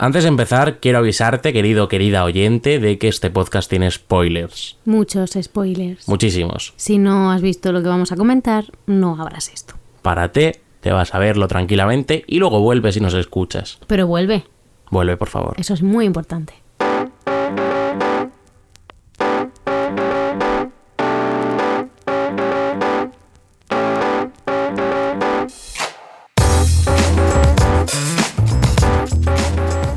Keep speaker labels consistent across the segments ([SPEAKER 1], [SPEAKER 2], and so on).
[SPEAKER 1] Antes de empezar, quiero avisarte, querido o querida oyente, de que este podcast tiene spoilers.
[SPEAKER 2] Muchos spoilers.
[SPEAKER 1] Muchísimos.
[SPEAKER 2] Si no has visto lo que vamos a comentar, no habrás esto.
[SPEAKER 1] Párate, te vas a verlo tranquilamente y luego vuelves y nos escuchas.
[SPEAKER 2] Pero vuelve.
[SPEAKER 1] Vuelve, por favor.
[SPEAKER 2] Eso es muy importante.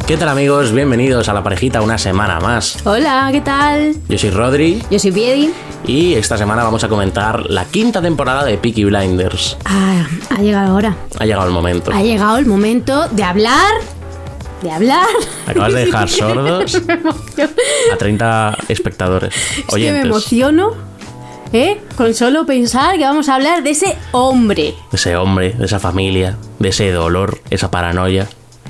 [SPEAKER 1] ¿Qué tal amigos? Bienvenidos a La Parejita una semana más.
[SPEAKER 2] Hola, ¿qué tal?
[SPEAKER 1] Yo soy Rodri
[SPEAKER 2] Yo soy Piedi.
[SPEAKER 1] y esta semana vamos a comentar la quinta temporada de Peaky Blinders.
[SPEAKER 2] Ah, ha llegado la hora.
[SPEAKER 1] Ha llegado el momento.
[SPEAKER 2] Ha llegado el momento de hablar. De hablar.
[SPEAKER 1] ¿Me Acabas de dejar sordos
[SPEAKER 2] Me emociono.
[SPEAKER 1] a 30 espectadores.
[SPEAKER 2] Es que me
[SPEAKER 1] Oyentes.
[SPEAKER 2] emociono. ¿Eh? Con solo pensar que vamos a hablar de ese hombre.
[SPEAKER 1] De ese hombre, de esa familia, de ese dolor, esa paranoia.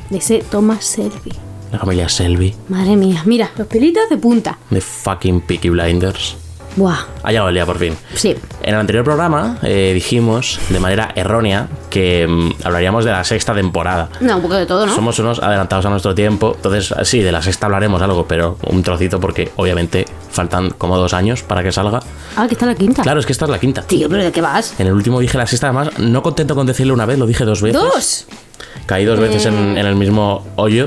[SPEAKER 2] De ese Thomas Selby.
[SPEAKER 1] La familia Selby,
[SPEAKER 2] Madre mía, mira, los pelitos de punta.
[SPEAKER 1] de fucking Peaky Blinders.
[SPEAKER 2] Buah,
[SPEAKER 1] Ha llegado el día por fin.
[SPEAKER 2] sí.
[SPEAKER 1] En el anterior programa eh, dijimos, de manera errónea, que mm, hablaríamos de la sexta temporada.
[SPEAKER 2] No, un poco de todo, ¿no?
[SPEAKER 1] Somos unos adelantados a nuestro tiempo, entonces sí, de la sexta hablaremos algo, pero un trocito porque obviamente faltan como dos años para que salga.
[SPEAKER 2] Ah, que está la quinta.
[SPEAKER 1] Claro, es que esta es la quinta.
[SPEAKER 2] Tío, pero ¿de qué vas?
[SPEAKER 1] En el último dije la sexta, además, no contento con decirlo una vez, lo dije dos veces.
[SPEAKER 2] ¡Dos!
[SPEAKER 1] Caí dos veces en, en el mismo hoyo.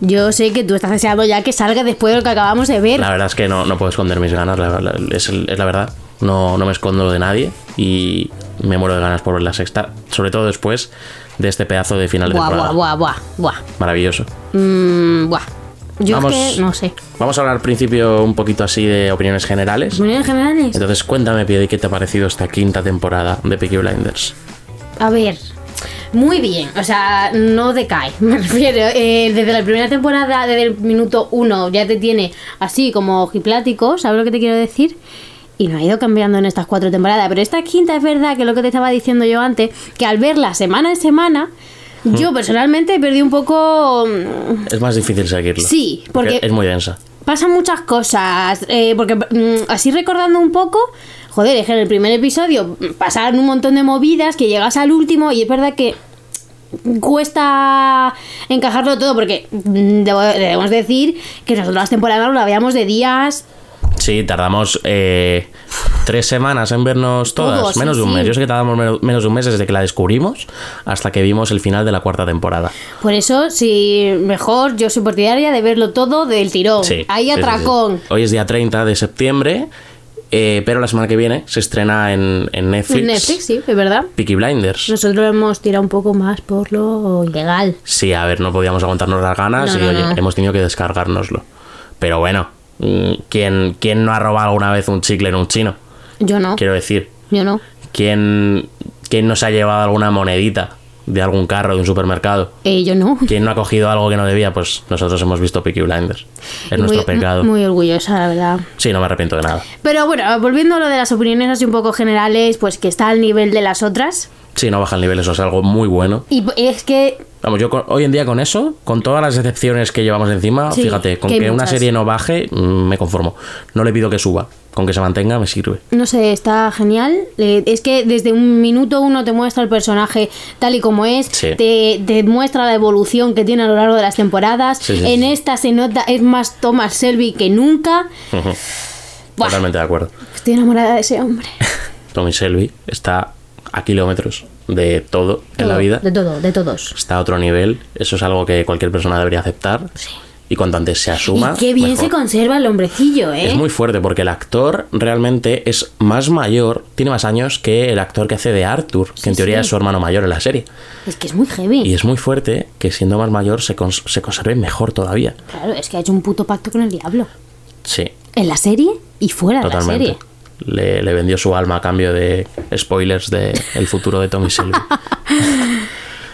[SPEAKER 2] Yo sé que tú estás deseando ya que salga después de lo que acabamos de ver.
[SPEAKER 1] La verdad es que no, no puedo esconder mis ganas, la- la- es, el- es la verdad. No, no me escondo de nadie y me muero de ganas por ver la sexta, sobre todo después de este pedazo de final de
[SPEAKER 2] Buah,
[SPEAKER 1] temporada.
[SPEAKER 2] buah, buah, buah, buah.
[SPEAKER 1] Maravilloso.
[SPEAKER 2] Mm, buah. Yo es que no sé.
[SPEAKER 1] Vamos a hablar al principio un poquito así de opiniones generales.
[SPEAKER 2] Opiniones generales.
[SPEAKER 1] Entonces, cuéntame, Piedi, ¿qué te ha parecido esta quinta temporada de Peaky Blinders?
[SPEAKER 2] A ver. Muy bien, o sea, no decae, me refiero. Eh, desde la primera temporada, desde el minuto uno, ya te tiene así como ojiplático, ¿sabes lo que te quiero decir? Y no ha ido cambiando en estas cuatro temporadas. Pero esta quinta es verdad que lo que te estaba diciendo yo antes, que al verla semana en semana, yo personalmente perdí un poco. mm,
[SPEAKER 1] Es más difícil seguirlo.
[SPEAKER 2] Sí, porque-
[SPEAKER 1] es muy densa.
[SPEAKER 2] pasan muchas cosas. eh, porque mm, así recordando un poco, joder, es que en el primer episodio mm, pasaron un montón de movidas que llegas al último y es verdad que cuesta encajarlo todo porque mm, debo- debemos decir que nosotros las temporadas lo habíamos de días
[SPEAKER 1] Sí, tardamos eh, tres semanas en vernos todas,
[SPEAKER 2] Todos, sí,
[SPEAKER 1] menos de un
[SPEAKER 2] sí.
[SPEAKER 1] mes. Yo sé que tardamos men- menos de un mes desde que la descubrimos hasta que vimos el final de la cuarta temporada.
[SPEAKER 2] por eso si mejor yo soy partidaria de verlo todo del tirón
[SPEAKER 1] Sí.
[SPEAKER 2] ahí
[SPEAKER 1] sí, sí,
[SPEAKER 2] atracón
[SPEAKER 1] sí. Hoy es día 30 de septiembre, eh, pero la semana que viene se estrena en, en Netflix,
[SPEAKER 2] en Netflix Mm. sí es verdad
[SPEAKER 1] Peaky Blinders.
[SPEAKER 2] nosotros hemos tirado un poco más por lo ilegal
[SPEAKER 1] Sí, a ver, no podíamos aguantarnos las ganas
[SPEAKER 2] No,
[SPEAKER 1] y
[SPEAKER 2] no,
[SPEAKER 1] oye,
[SPEAKER 2] no.
[SPEAKER 1] hemos tenido que descargárnoslo. Pero bueno, mm, ¿quién, ¿quién no ha robado alguna vez un chicle en un chino?
[SPEAKER 2] yo no
[SPEAKER 1] Quiero decir,
[SPEAKER 2] yo no
[SPEAKER 1] ¿quién, ¿quién no se ha llevado alguna monedita de algún carro de un supermercado?
[SPEAKER 2] Eh, yo no
[SPEAKER 1] ¿Quién no ha cogido algo que no debía? Pues nosotros hemos visto Peaky Blinders. Es
[SPEAKER 2] Y
[SPEAKER 1] nuestro
[SPEAKER 2] muy,
[SPEAKER 1] pecado.
[SPEAKER 2] Muy orgullosa, la verdad.
[SPEAKER 1] Sí, no me arrepiento de nada.
[SPEAKER 2] Pero bueno, volviendo a lo de las opiniones así un poco generales, pues que está al nivel de las otras.
[SPEAKER 1] Sí, no baja el nivel, eso es algo muy bueno.
[SPEAKER 2] Y p- es que
[SPEAKER 1] Vamos, yo con- hoy en día con eso, con todas las decepciones que llevamos encima,
[SPEAKER 2] Sí,
[SPEAKER 1] fíjate, con
[SPEAKER 2] que
[SPEAKER 1] que,
[SPEAKER 2] hay
[SPEAKER 1] una
[SPEAKER 2] muchas.
[SPEAKER 1] serie no baje, mm, me conformo. No le pido que suba, con que se mantenga me sirve.
[SPEAKER 2] No sé, está genial. Eh, es que desde un minuto uno te muestra el personaje tal y como es,
[SPEAKER 1] Sí.
[SPEAKER 2] te, te muestra la evolución que tiene a lo largo de las temporadas.
[SPEAKER 1] Sí, sí,
[SPEAKER 2] en
[SPEAKER 1] sí.
[SPEAKER 2] esta se nota, es más Thomas Selby que nunca. Buah,
[SPEAKER 1] Totalmente de acuerdo.
[SPEAKER 2] estoy enamorada de ese hombre.
[SPEAKER 1] Tommy Shelby está a kilómetros de todo en la
[SPEAKER 2] Todo,
[SPEAKER 1] vida.
[SPEAKER 2] De todo, de todos.
[SPEAKER 1] Está a otro nivel. Eso es algo que cualquier persona debería aceptar. Y cuanto antes se asuma.
[SPEAKER 2] y qué bien
[SPEAKER 1] mejor.
[SPEAKER 2] se conserva el hombrecillo, ¿eh?
[SPEAKER 1] Es muy fuerte porque el actor realmente es más mayor, tiene más años que el actor que hace de Arthur, que en teoría es su hermano mayor en la serie.
[SPEAKER 2] Es que es muy heavy.
[SPEAKER 1] Y es muy fuerte que siendo más mayor se, cons- se conserve mejor todavía.
[SPEAKER 2] Claro, es que ha hecho un puto pacto con el diablo.
[SPEAKER 1] Sí,
[SPEAKER 2] En la serie y fuera de la
[SPEAKER 1] totalmente.
[SPEAKER 2] serie.
[SPEAKER 1] Le, le vendió su alma a cambio de spoilers de el futuro de Tommy Shelby.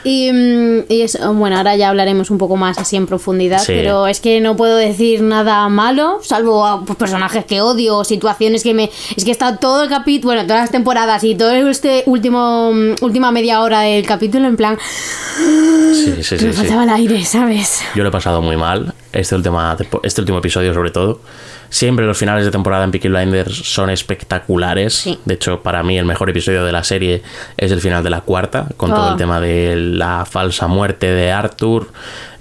[SPEAKER 2] Y, mm, y eso, bueno, ahora ya hablaremos un poco más así en profundidad,
[SPEAKER 1] Sí.
[SPEAKER 2] pero es que no puedo decir nada malo, salvo a, pues, personajes que odio, o situaciones que me... Es que está todo el capítulo, bueno, todas las temporadas y todo este último mm, última media hora del capítulo en plan...
[SPEAKER 1] Sí, sí, sí. sí.
[SPEAKER 2] me faltaba el aire, ¿sabes?
[SPEAKER 1] Yo lo he pasado muy mal. este, última tempo- este último episodio sobre todo. Siempre los finales de temporada en Peaky Blinders son espectaculares.
[SPEAKER 2] Sí.
[SPEAKER 1] De hecho, para mí el mejor episodio de la serie es el final de la cuarta, con todo
[SPEAKER 2] Oh.
[SPEAKER 1] el tema de la falsa muerte de Arthur,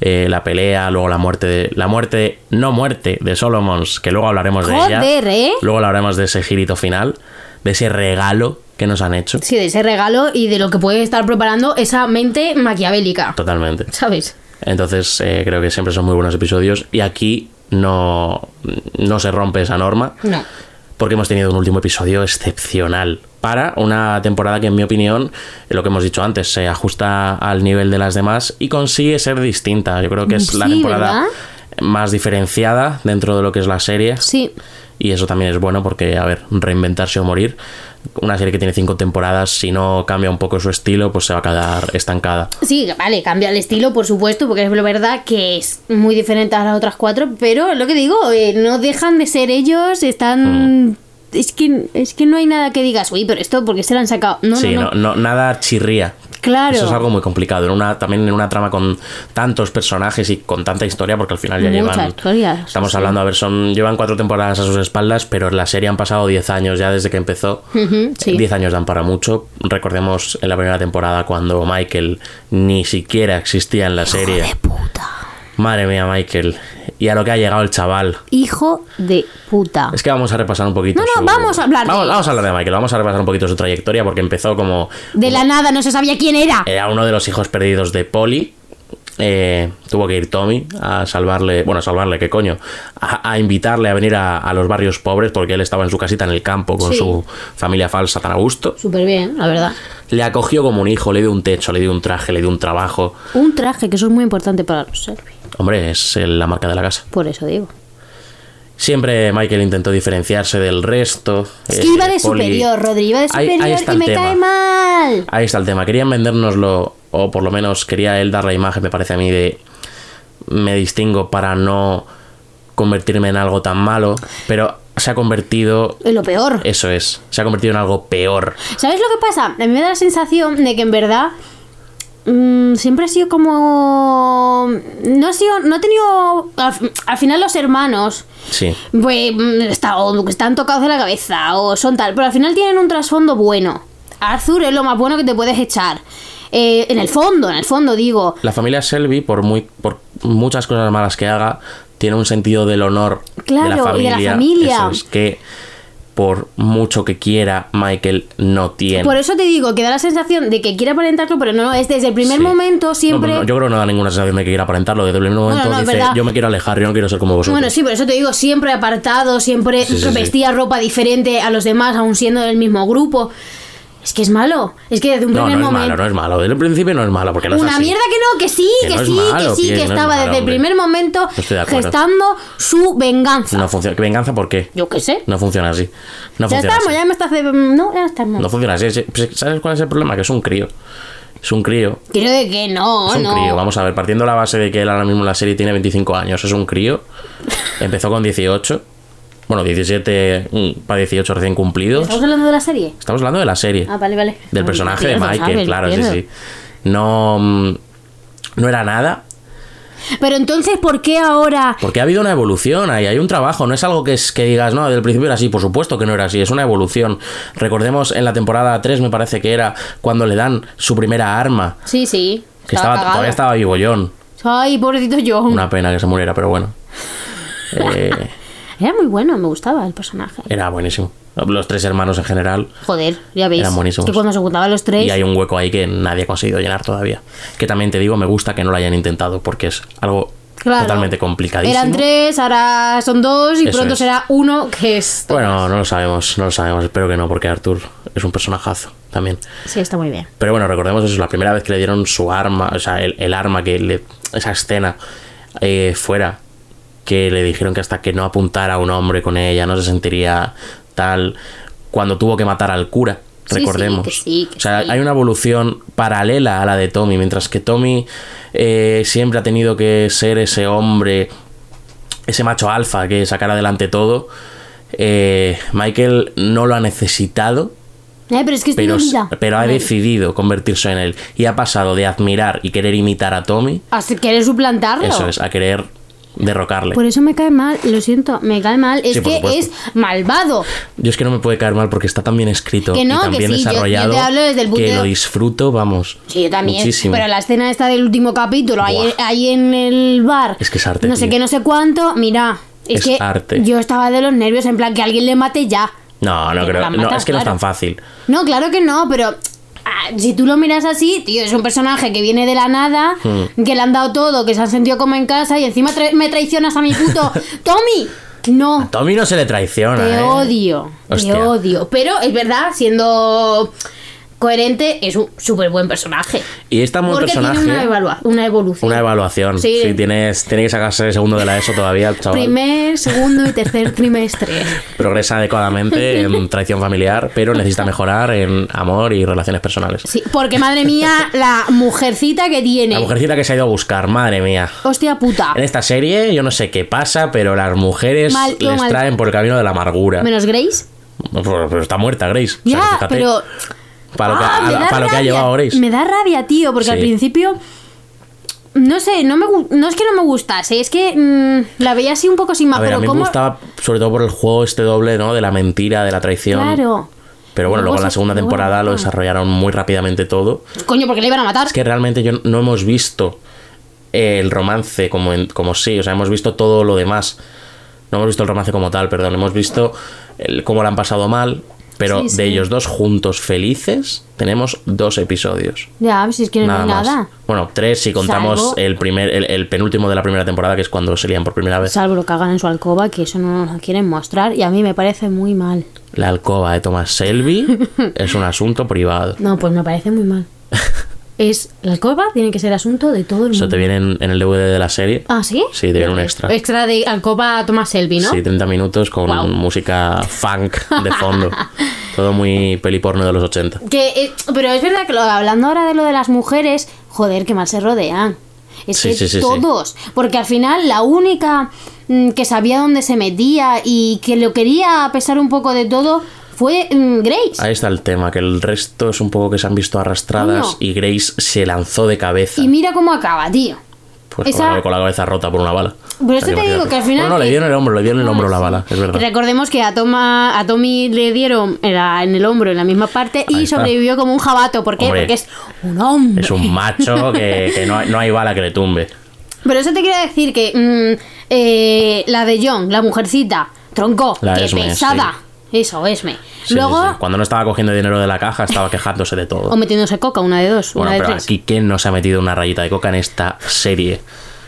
[SPEAKER 1] eh, la pelea, luego la muerte de... La muerte, no muerte, de Solomons, que luego hablaremos de
[SPEAKER 2] Joder,
[SPEAKER 1] ella.
[SPEAKER 2] ¿eh?
[SPEAKER 1] Luego hablaremos de ese girito final, de ese regalo que nos han hecho.
[SPEAKER 2] Sí, de ese regalo y de lo que puede estar preparando esa mente maquiavélica.
[SPEAKER 1] Totalmente.
[SPEAKER 2] ¿Sabes?
[SPEAKER 1] Entonces eh, creo que siempre son muy buenos episodios y aquí no, no se rompe esa norma
[SPEAKER 2] No.
[SPEAKER 1] porque hemos tenido un último episodio excepcional para una temporada que en mi opinión, lo que hemos dicho antes, se ajusta al nivel de las demás y consigue ser distinta. Yo creo que es la
[SPEAKER 2] Sí,
[SPEAKER 1] temporada
[SPEAKER 2] ¿verdad?
[SPEAKER 1] más diferenciada dentro de lo que es la serie.
[SPEAKER 2] Sí.
[SPEAKER 1] Y eso también es bueno porque, a ver, reinventarse o morir. Una serie que tiene cinco temporadas, si no cambia un poco su estilo, pues se va a quedar estancada.
[SPEAKER 2] Sí, vale, cambia el estilo, por supuesto, porque es verdad que es muy diferente a las otras cuatro, pero lo que digo, eh, no dejan de ser ellos, están...
[SPEAKER 1] Mm.
[SPEAKER 2] Es, que, es que no hay nada que digas, uy, pero esto, porque se lo han sacado? No,
[SPEAKER 1] sí,
[SPEAKER 2] no, no.
[SPEAKER 1] no, no, nada chirría.
[SPEAKER 2] Claro.
[SPEAKER 1] Eso es algo muy complicado. En una, también en una trama con tantos personajes y con tanta historia, porque al final ya
[SPEAKER 2] Mucha
[SPEAKER 1] llevan.
[SPEAKER 2] historia, sí,
[SPEAKER 1] Estamos
[SPEAKER 2] sí.
[SPEAKER 1] hablando, a ver, son llevan cuatro temporadas a sus espaldas, pero en la serie han pasado 10 años ya desde que empezó.
[SPEAKER 2] Ujú, Hmm. sí.
[SPEAKER 1] 10 años dan para mucho. Recordemos en la primera temporada cuando Michael ni siquiera existía en la serie.
[SPEAKER 2] De puta.
[SPEAKER 1] Madre mía, Michael. Y a lo que ha llegado el chaval.
[SPEAKER 2] Hijo de puta.
[SPEAKER 1] Es que vamos a repasar un poquito.
[SPEAKER 2] No, no,
[SPEAKER 1] su-
[SPEAKER 2] vamos a hablar de
[SPEAKER 1] Vamos,
[SPEAKER 2] él.
[SPEAKER 1] vamos a hablar de Michael. Vamos a repasar un poquito su trayectoria porque empezó como Eh.
[SPEAKER 2] De la nada, no se sabía quién era.
[SPEAKER 1] era uno de los hijos perdidos de Polly. Eh, tuvo que ir Tommy a salvarle, bueno, a salvarle, ¿qué coño? A, a invitarle a venir a, a los barrios pobres porque él estaba en su casita en el campo con
[SPEAKER 2] Sí.
[SPEAKER 1] su familia falsa tan a gusto.
[SPEAKER 2] Súper bien, la verdad.
[SPEAKER 1] Le acogió como un hijo, le dio un techo, le dio un traje, le dio un trabajo.
[SPEAKER 2] Un traje, que eso es muy importante para los serbios.
[SPEAKER 1] Hombre, es eh, la marca de la casa.
[SPEAKER 2] Por eso digo.
[SPEAKER 1] Siempre Michael intentó diferenciarse del resto.
[SPEAKER 2] Es
[SPEAKER 1] Eh,
[SPEAKER 2] que iba de
[SPEAKER 1] Polly-
[SPEAKER 2] superior, Rodri, iba de
[SPEAKER 1] Ahí- ahí
[SPEAKER 2] superior
[SPEAKER 1] está
[SPEAKER 2] y
[SPEAKER 1] el
[SPEAKER 2] me
[SPEAKER 1] tema.
[SPEAKER 2] cae mal.
[SPEAKER 1] Ahí está el tema. Querían vendérnoslo, o por lo menos quería él dar la imagen, me parece a mí, de me distingo para no convertirme en algo tan malo, pero se ha convertido,
[SPEAKER 2] Y lo peor.
[SPEAKER 1] eso es, se ha convertido en algo peor.
[SPEAKER 2] ¿Sabes lo que pasa? A mí me da la sensación de que en verdad mm, siempre ha sido como... No ha sido... No ha tenido... Al, al final los hermanos...
[SPEAKER 1] Sí,
[SPEAKER 2] Pues mm, está- o están tocados de la cabeza o son tal, pero al final tienen un trasfondo bueno. Arthur es lo más bueno que te puedes echar. Eh, en el fondo, en el fondo digo,
[SPEAKER 1] la familia Selby, por, muy, por muchas cosas malas que haga, tiene un sentido del honor de la
[SPEAKER 2] Claro, y de
[SPEAKER 1] familia.
[SPEAKER 2] la familia.
[SPEAKER 1] eso es, que por mucho que quiera, Michael no tiene.
[SPEAKER 2] Por eso te digo que da la sensación de que quiere aparentarlo, pero no, es desde el primer
[SPEAKER 1] Sí.
[SPEAKER 2] momento siempre.
[SPEAKER 1] No, no, yo creo que no da ninguna sensación de que quiera aparentarlo. Desde el primer momento
[SPEAKER 2] no, es
[SPEAKER 1] dice,
[SPEAKER 2] verdad.
[SPEAKER 1] yo me quiero alejar, yo no quiero ser como vosotros.
[SPEAKER 2] Bueno, sí, por eso te digo, siempre apartado, siempre
[SPEAKER 1] Sí, sí, sí.
[SPEAKER 2] vestía ropa diferente a los demás, aun siendo del mismo grupo. Es que es malo. Es que desde un
[SPEAKER 1] No, no
[SPEAKER 2] primer
[SPEAKER 1] es
[SPEAKER 2] momento.
[SPEAKER 1] malo, no es malo. Desde el principio no es malo, porque no es
[SPEAKER 2] Una
[SPEAKER 1] así.
[SPEAKER 2] mierda que no, que sí,
[SPEAKER 1] Que
[SPEAKER 2] que,
[SPEAKER 1] no es
[SPEAKER 2] sí,
[SPEAKER 1] malo,
[SPEAKER 2] que sí,
[SPEAKER 1] que
[SPEAKER 2] que,
[SPEAKER 1] no es
[SPEAKER 2] estaba
[SPEAKER 1] malo,
[SPEAKER 2] desde el
[SPEAKER 1] hombre.
[SPEAKER 2] primer momento
[SPEAKER 1] Estoy de acuerdo.
[SPEAKER 2] gestando su venganza.
[SPEAKER 1] No funciona. ¿Qué venganza por qué?
[SPEAKER 2] Yo qué sé.
[SPEAKER 1] No funciona así. No
[SPEAKER 2] ya
[SPEAKER 1] funciona
[SPEAKER 2] estamos,
[SPEAKER 1] así.
[SPEAKER 2] ya me estás. de- No, ya estamos.
[SPEAKER 1] No funciona así. Sí, pues, ¿Sabes cuál es el problema? Que es un crío. Es un crío.
[SPEAKER 2] Creo de que no,
[SPEAKER 1] Es un
[SPEAKER 2] no.
[SPEAKER 1] crío. Vamos a ver, partiendo de la base de que él ahora mismo en la serie tiene 25 años. Es un crío. Empezó con 18. Bueno, 17 mm, para 18 recién cumplidos.
[SPEAKER 2] ¿Estamos hablando de la serie?
[SPEAKER 1] Estamos hablando de la serie.
[SPEAKER 2] Ah, vale, vale.
[SPEAKER 1] Del
[SPEAKER 2] Ay,
[SPEAKER 1] personaje de
[SPEAKER 2] pierdo,
[SPEAKER 1] Michael,
[SPEAKER 2] ¿sabes?
[SPEAKER 1] claro, sí,
[SPEAKER 2] Pierdo.
[SPEAKER 1] sí. No, mm, no era nada.
[SPEAKER 2] Pero entonces, ¿por qué ahora
[SPEAKER 1] Porque ha habido una evolución, ahí hay un trabajo, no es algo que, es, que digas, no, del principio era así, por supuesto que no era así, es una evolución. Recordemos en la temporada 3, me parece que era cuando le dan su primera arma,
[SPEAKER 2] Sí, sí.
[SPEAKER 1] que estaba,
[SPEAKER 2] cagado.
[SPEAKER 1] todavía estaba vivo John.
[SPEAKER 2] Ay, pobrecito John.
[SPEAKER 1] Una pena que se muriera, pero bueno. Eh,
[SPEAKER 2] Era muy bueno, me gustaba el personaje.
[SPEAKER 1] era buenísimo. Los tres hermanos en general.
[SPEAKER 2] Joder, ya veis.
[SPEAKER 1] Eran buenísimos.
[SPEAKER 2] Que cuando se juntaban los tres.
[SPEAKER 1] Y hay un hueco ahí que nadie ha conseguido llenar todavía. Que también te digo, me gusta que no lo hayan intentado porque es algo
[SPEAKER 2] claro,
[SPEAKER 1] totalmente complicadísimo.
[SPEAKER 2] Eran tres, ahora son dos y
[SPEAKER 1] Eso
[SPEAKER 2] pronto
[SPEAKER 1] es. Pues
[SPEAKER 2] será uno que es.
[SPEAKER 1] Bueno, no lo sabemos, no lo sabemos, espero que no, porque Arthur es un personajazo también.
[SPEAKER 2] Sí, está muy bien.
[SPEAKER 1] Pero bueno, recordemos eso, la primera vez que le dieron su arma, o sea, el, el arma que le. esa escena eh, fuera, que le dijeron que hasta que no apuntara a un hombre con ella no se sentiría tal. Cuando tuvo que matar al cura,
[SPEAKER 2] Sí, sí,
[SPEAKER 1] recordemos.
[SPEAKER 2] que sí, que
[SPEAKER 1] o sea,
[SPEAKER 2] sí.
[SPEAKER 1] hay una evolución paralela a la de Tommy, mientras que Tommy eh, siempre ha tenido que ser ese hombre ese macho alfa que sacar adelante todo. eh, Michael no lo ha necesitado,
[SPEAKER 2] Eh, pero es que estoy
[SPEAKER 1] pero,
[SPEAKER 2] dolida.
[SPEAKER 1] pero ha decidido convertirse en él. Y ha pasado de admirar y querer imitar a Tommy,
[SPEAKER 2] Así, ¿Quieres suplantarlo?
[SPEAKER 1] eso es, a querer derrocarle.
[SPEAKER 2] Por eso me cae mal, lo siento, me cae mal. Es
[SPEAKER 1] Sí, por
[SPEAKER 2] que es
[SPEAKER 1] supuesto.
[SPEAKER 2] malvado.
[SPEAKER 1] Yo es que no me puede caer mal porque está tan bien escrito
[SPEAKER 2] Que no,
[SPEAKER 1] y tan
[SPEAKER 2] que
[SPEAKER 1] bien
[SPEAKER 2] sí, yo- yo te
[SPEAKER 1] desarrollado
[SPEAKER 2] hablo desde el punto
[SPEAKER 1] que
[SPEAKER 2] de-
[SPEAKER 1] lo disfruto, vamos.
[SPEAKER 2] Sí, yo también.
[SPEAKER 1] Muchísimo.
[SPEAKER 2] Pero la escena esta del último capítulo, ahí,
[SPEAKER 1] Buah.
[SPEAKER 2] ahí en el bar.
[SPEAKER 1] Es que es arte,
[SPEAKER 2] No sé
[SPEAKER 1] tío.
[SPEAKER 2] qué, no sé cuánto. Mira, es,
[SPEAKER 1] Es
[SPEAKER 2] que
[SPEAKER 1] arte.
[SPEAKER 2] yo estaba de los nervios, en plan que alguien le mate ya.
[SPEAKER 1] No, no
[SPEAKER 2] Que
[SPEAKER 1] creo.
[SPEAKER 2] la
[SPEAKER 1] no,
[SPEAKER 2] mata,
[SPEAKER 1] es que no es tan
[SPEAKER 2] claro.
[SPEAKER 1] fácil.
[SPEAKER 2] No, claro que no, pero ah, si tú lo miras así, tío, es un personaje que viene de la nada,
[SPEAKER 1] Hmm.
[SPEAKER 2] que le han dado todo, que se han sentido como en casa y encima tra- me traicionas a mi puto Tommy. No,
[SPEAKER 1] Tommy no se le traiciona.
[SPEAKER 2] te
[SPEAKER 1] ¿eh?
[SPEAKER 2] odio, te
[SPEAKER 1] Hostia.
[SPEAKER 2] odio. Pero es verdad, siendo coherente, es un súper buen personaje.
[SPEAKER 1] Y está muy
[SPEAKER 2] Porque
[SPEAKER 1] personaje. ¿eh?
[SPEAKER 2] tiene una, evalua- una evolución.
[SPEAKER 1] Una evaluación. Sí,
[SPEAKER 2] Sí.
[SPEAKER 1] tienes, tiene que sacarse el segundo de la ESO todavía, el chaval.
[SPEAKER 2] Primer, segundo y tercer trimestre.
[SPEAKER 1] Progresa adecuadamente en traición familiar, pero necesita mejorar en amor y relaciones personales.
[SPEAKER 2] Sí, porque madre mía, la mujercita que tiene.
[SPEAKER 1] La mujercita que se ha ido a buscar, madre mía.
[SPEAKER 2] Hostia puta.
[SPEAKER 1] En esta serie, yo no sé qué pasa, pero las mujeres
[SPEAKER 2] Mal, todo
[SPEAKER 1] les
[SPEAKER 2] mal.
[SPEAKER 1] traen por el camino de la amargura.
[SPEAKER 2] Menos Grace.
[SPEAKER 1] Pero, pero está muerta Grace. O sea,
[SPEAKER 2] Ya,
[SPEAKER 1] fíjate,
[SPEAKER 2] pero.
[SPEAKER 1] Para lo que,
[SPEAKER 2] ¡Ah,
[SPEAKER 1] a-
[SPEAKER 2] me da
[SPEAKER 1] para lo que ha
[SPEAKER 2] rabia!
[SPEAKER 1] llevado Grace.
[SPEAKER 2] Me da rabia, tío, porque
[SPEAKER 1] Sí.
[SPEAKER 2] al principio. No sé, no, me, gu- no es que no me gustase, es que mm, la veía así un poco sin más,
[SPEAKER 1] A ver, a
[SPEAKER 2] pero
[SPEAKER 1] mí
[SPEAKER 2] como.
[SPEAKER 1] me gustaba sobre todo por el juego este doble, ¿no? De la mentira, de la traición.
[SPEAKER 2] Claro.
[SPEAKER 1] Pero bueno, luego en la
[SPEAKER 2] Luego se- Ah.
[SPEAKER 1] segunda
[SPEAKER 2] luego
[SPEAKER 1] temporada
[SPEAKER 2] la
[SPEAKER 1] lo
[SPEAKER 2] matan.
[SPEAKER 1] desarrollaron muy rápidamente todo.
[SPEAKER 2] Coño, porque le iban a matar.
[SPEAKER 1] Es que realmente yo no hemos visto el romance como, en- como sí, o sea, hemos visto todo lo demás. No hemos visto el romance como tal, perdón, hemos visto el- cómo lo han pasado mal, pero
[SPEAKER 2] Sí,
[SPEAKER 1] de
[SPEAKER 2] sí.
[SPEAKER 1] ellos dos juntos felices tenemos dos episodios.
[SPEAKER 2] Ya, si es que no
[SPEAKER 1] Nada
[SPEAKER 2] hay
[SPEAKER 1] más.
[SPEAKER 2] nada.
[SPEAKER 1] Bueno, tres si contamos
[SPEAKER 2] Salvo-
[SPEAKER 1] el primer el, el penúltimo de la primera temporada, que es cuando se lían por primera vez.
[SPEAKER 2] Salvo lo que hagan en su alcoba, que eso no nos lo quieren mostrar, y a mí me parece muy mal.
[SPEAKER 1] La alcoba de Thomas Selby es un asunto privado.
[SPEAKER 2] No, pues me parece muy mal. Es la alcoba tiene que ser asunto de todo el mundo.
[SPEAKER 1] Eso te viene en, en el DVD de la serie.
[SPEAKER 2] ¿Ah, sí?
[SPEAKER 1] Sí, te viene un extra.
[SPEAKER 2] Extra de alcoba Thomas Selby, ¿no?
[SPEAKER 1] Sí, 30 minutos con
[SPEAKER 2] Guau.
[SPEAKER 1] música funk de fondo. Todo muy peliporno de los 80.
[SPEAKER 2] Que, eh, pero es verdad que lo, hablando ahora de lo de las mujeres, joder, que mal se rodean. Es
[SPEAKER 1] Sí,
[SPEAKER 2] que
[SPEAKER 1] sí, sí, sí.
[SPEAKER 2] todos. Porque al final la única mm, que sabía dónde se metía y que lo quería a pesar un poco de todo fue mm, Grace.
[SPEAKER 1] Ahí está el tema, que el resto es un poco que se han visto arrastradas
[SPEAKER 2] Coño.
[SPEAKER 1] y Grace se lanzó de cabeza.
[SPEAKER 2] Y mira cómo acaba, tío.
[SPEAKER 1] Pues
[SPEAKER 2] esa-
[SPEAKER 1] con, la, con la cabeza rota por una bala.
[SPEAKER 2] Pero esto te digo
[SPEAKER 1] imagínate.
[SPEAKER 2] que al final
[SPEAKER 1] No, no, le
[SPEAKER 2] que-
[SPEAKER 1] dieron el hombro, le dieron el hombro la bala, es verdad.
[SPEAKER 2] Recordemos que a, Toma, a Tommy le dieron en, la- en el hombro, en la misma parte,
[SPEAKER 1] Ahí
[SPEAKER 2] y
[SPEAKER 1] está.
[SPEAKER 2] sobrevivió como un jabato. ¿Por qué?
[SPEAKER 1] Hombre.
[SPEAKER 2] Porque es un hombre.
[SPEAKER 1] Es un macho que, que no, hay, no hay bala que le tumbe.
[SPEAKER 2] Pero eso te quiero decir que mm, eh, la de John, la mujercita, tronco,
[SPEAKER 1] La
[SPEAKER 2] que
[SPEAKER 1] Esme,
[SPEAKER 2] pesada. Eso, Esme.
[SPEAKER 1] Sí,
[SPEAKER 2] Luego,
[SPEAKER 1] sí, sí. Cuando no estaba cogiendo dinero de la caja, estaba quejándose de todo.
[SPEAKER 2] o metiéndose coca, una de dos,
[SPEAKER 1] bueno,
[SPEAKER 2] una de
[SPEAKER 1] pero
[SPEAKER 2] tres.
[SPEAKER 1] aquí, ¿quién no se ha metido una rayita de coca en esta serie?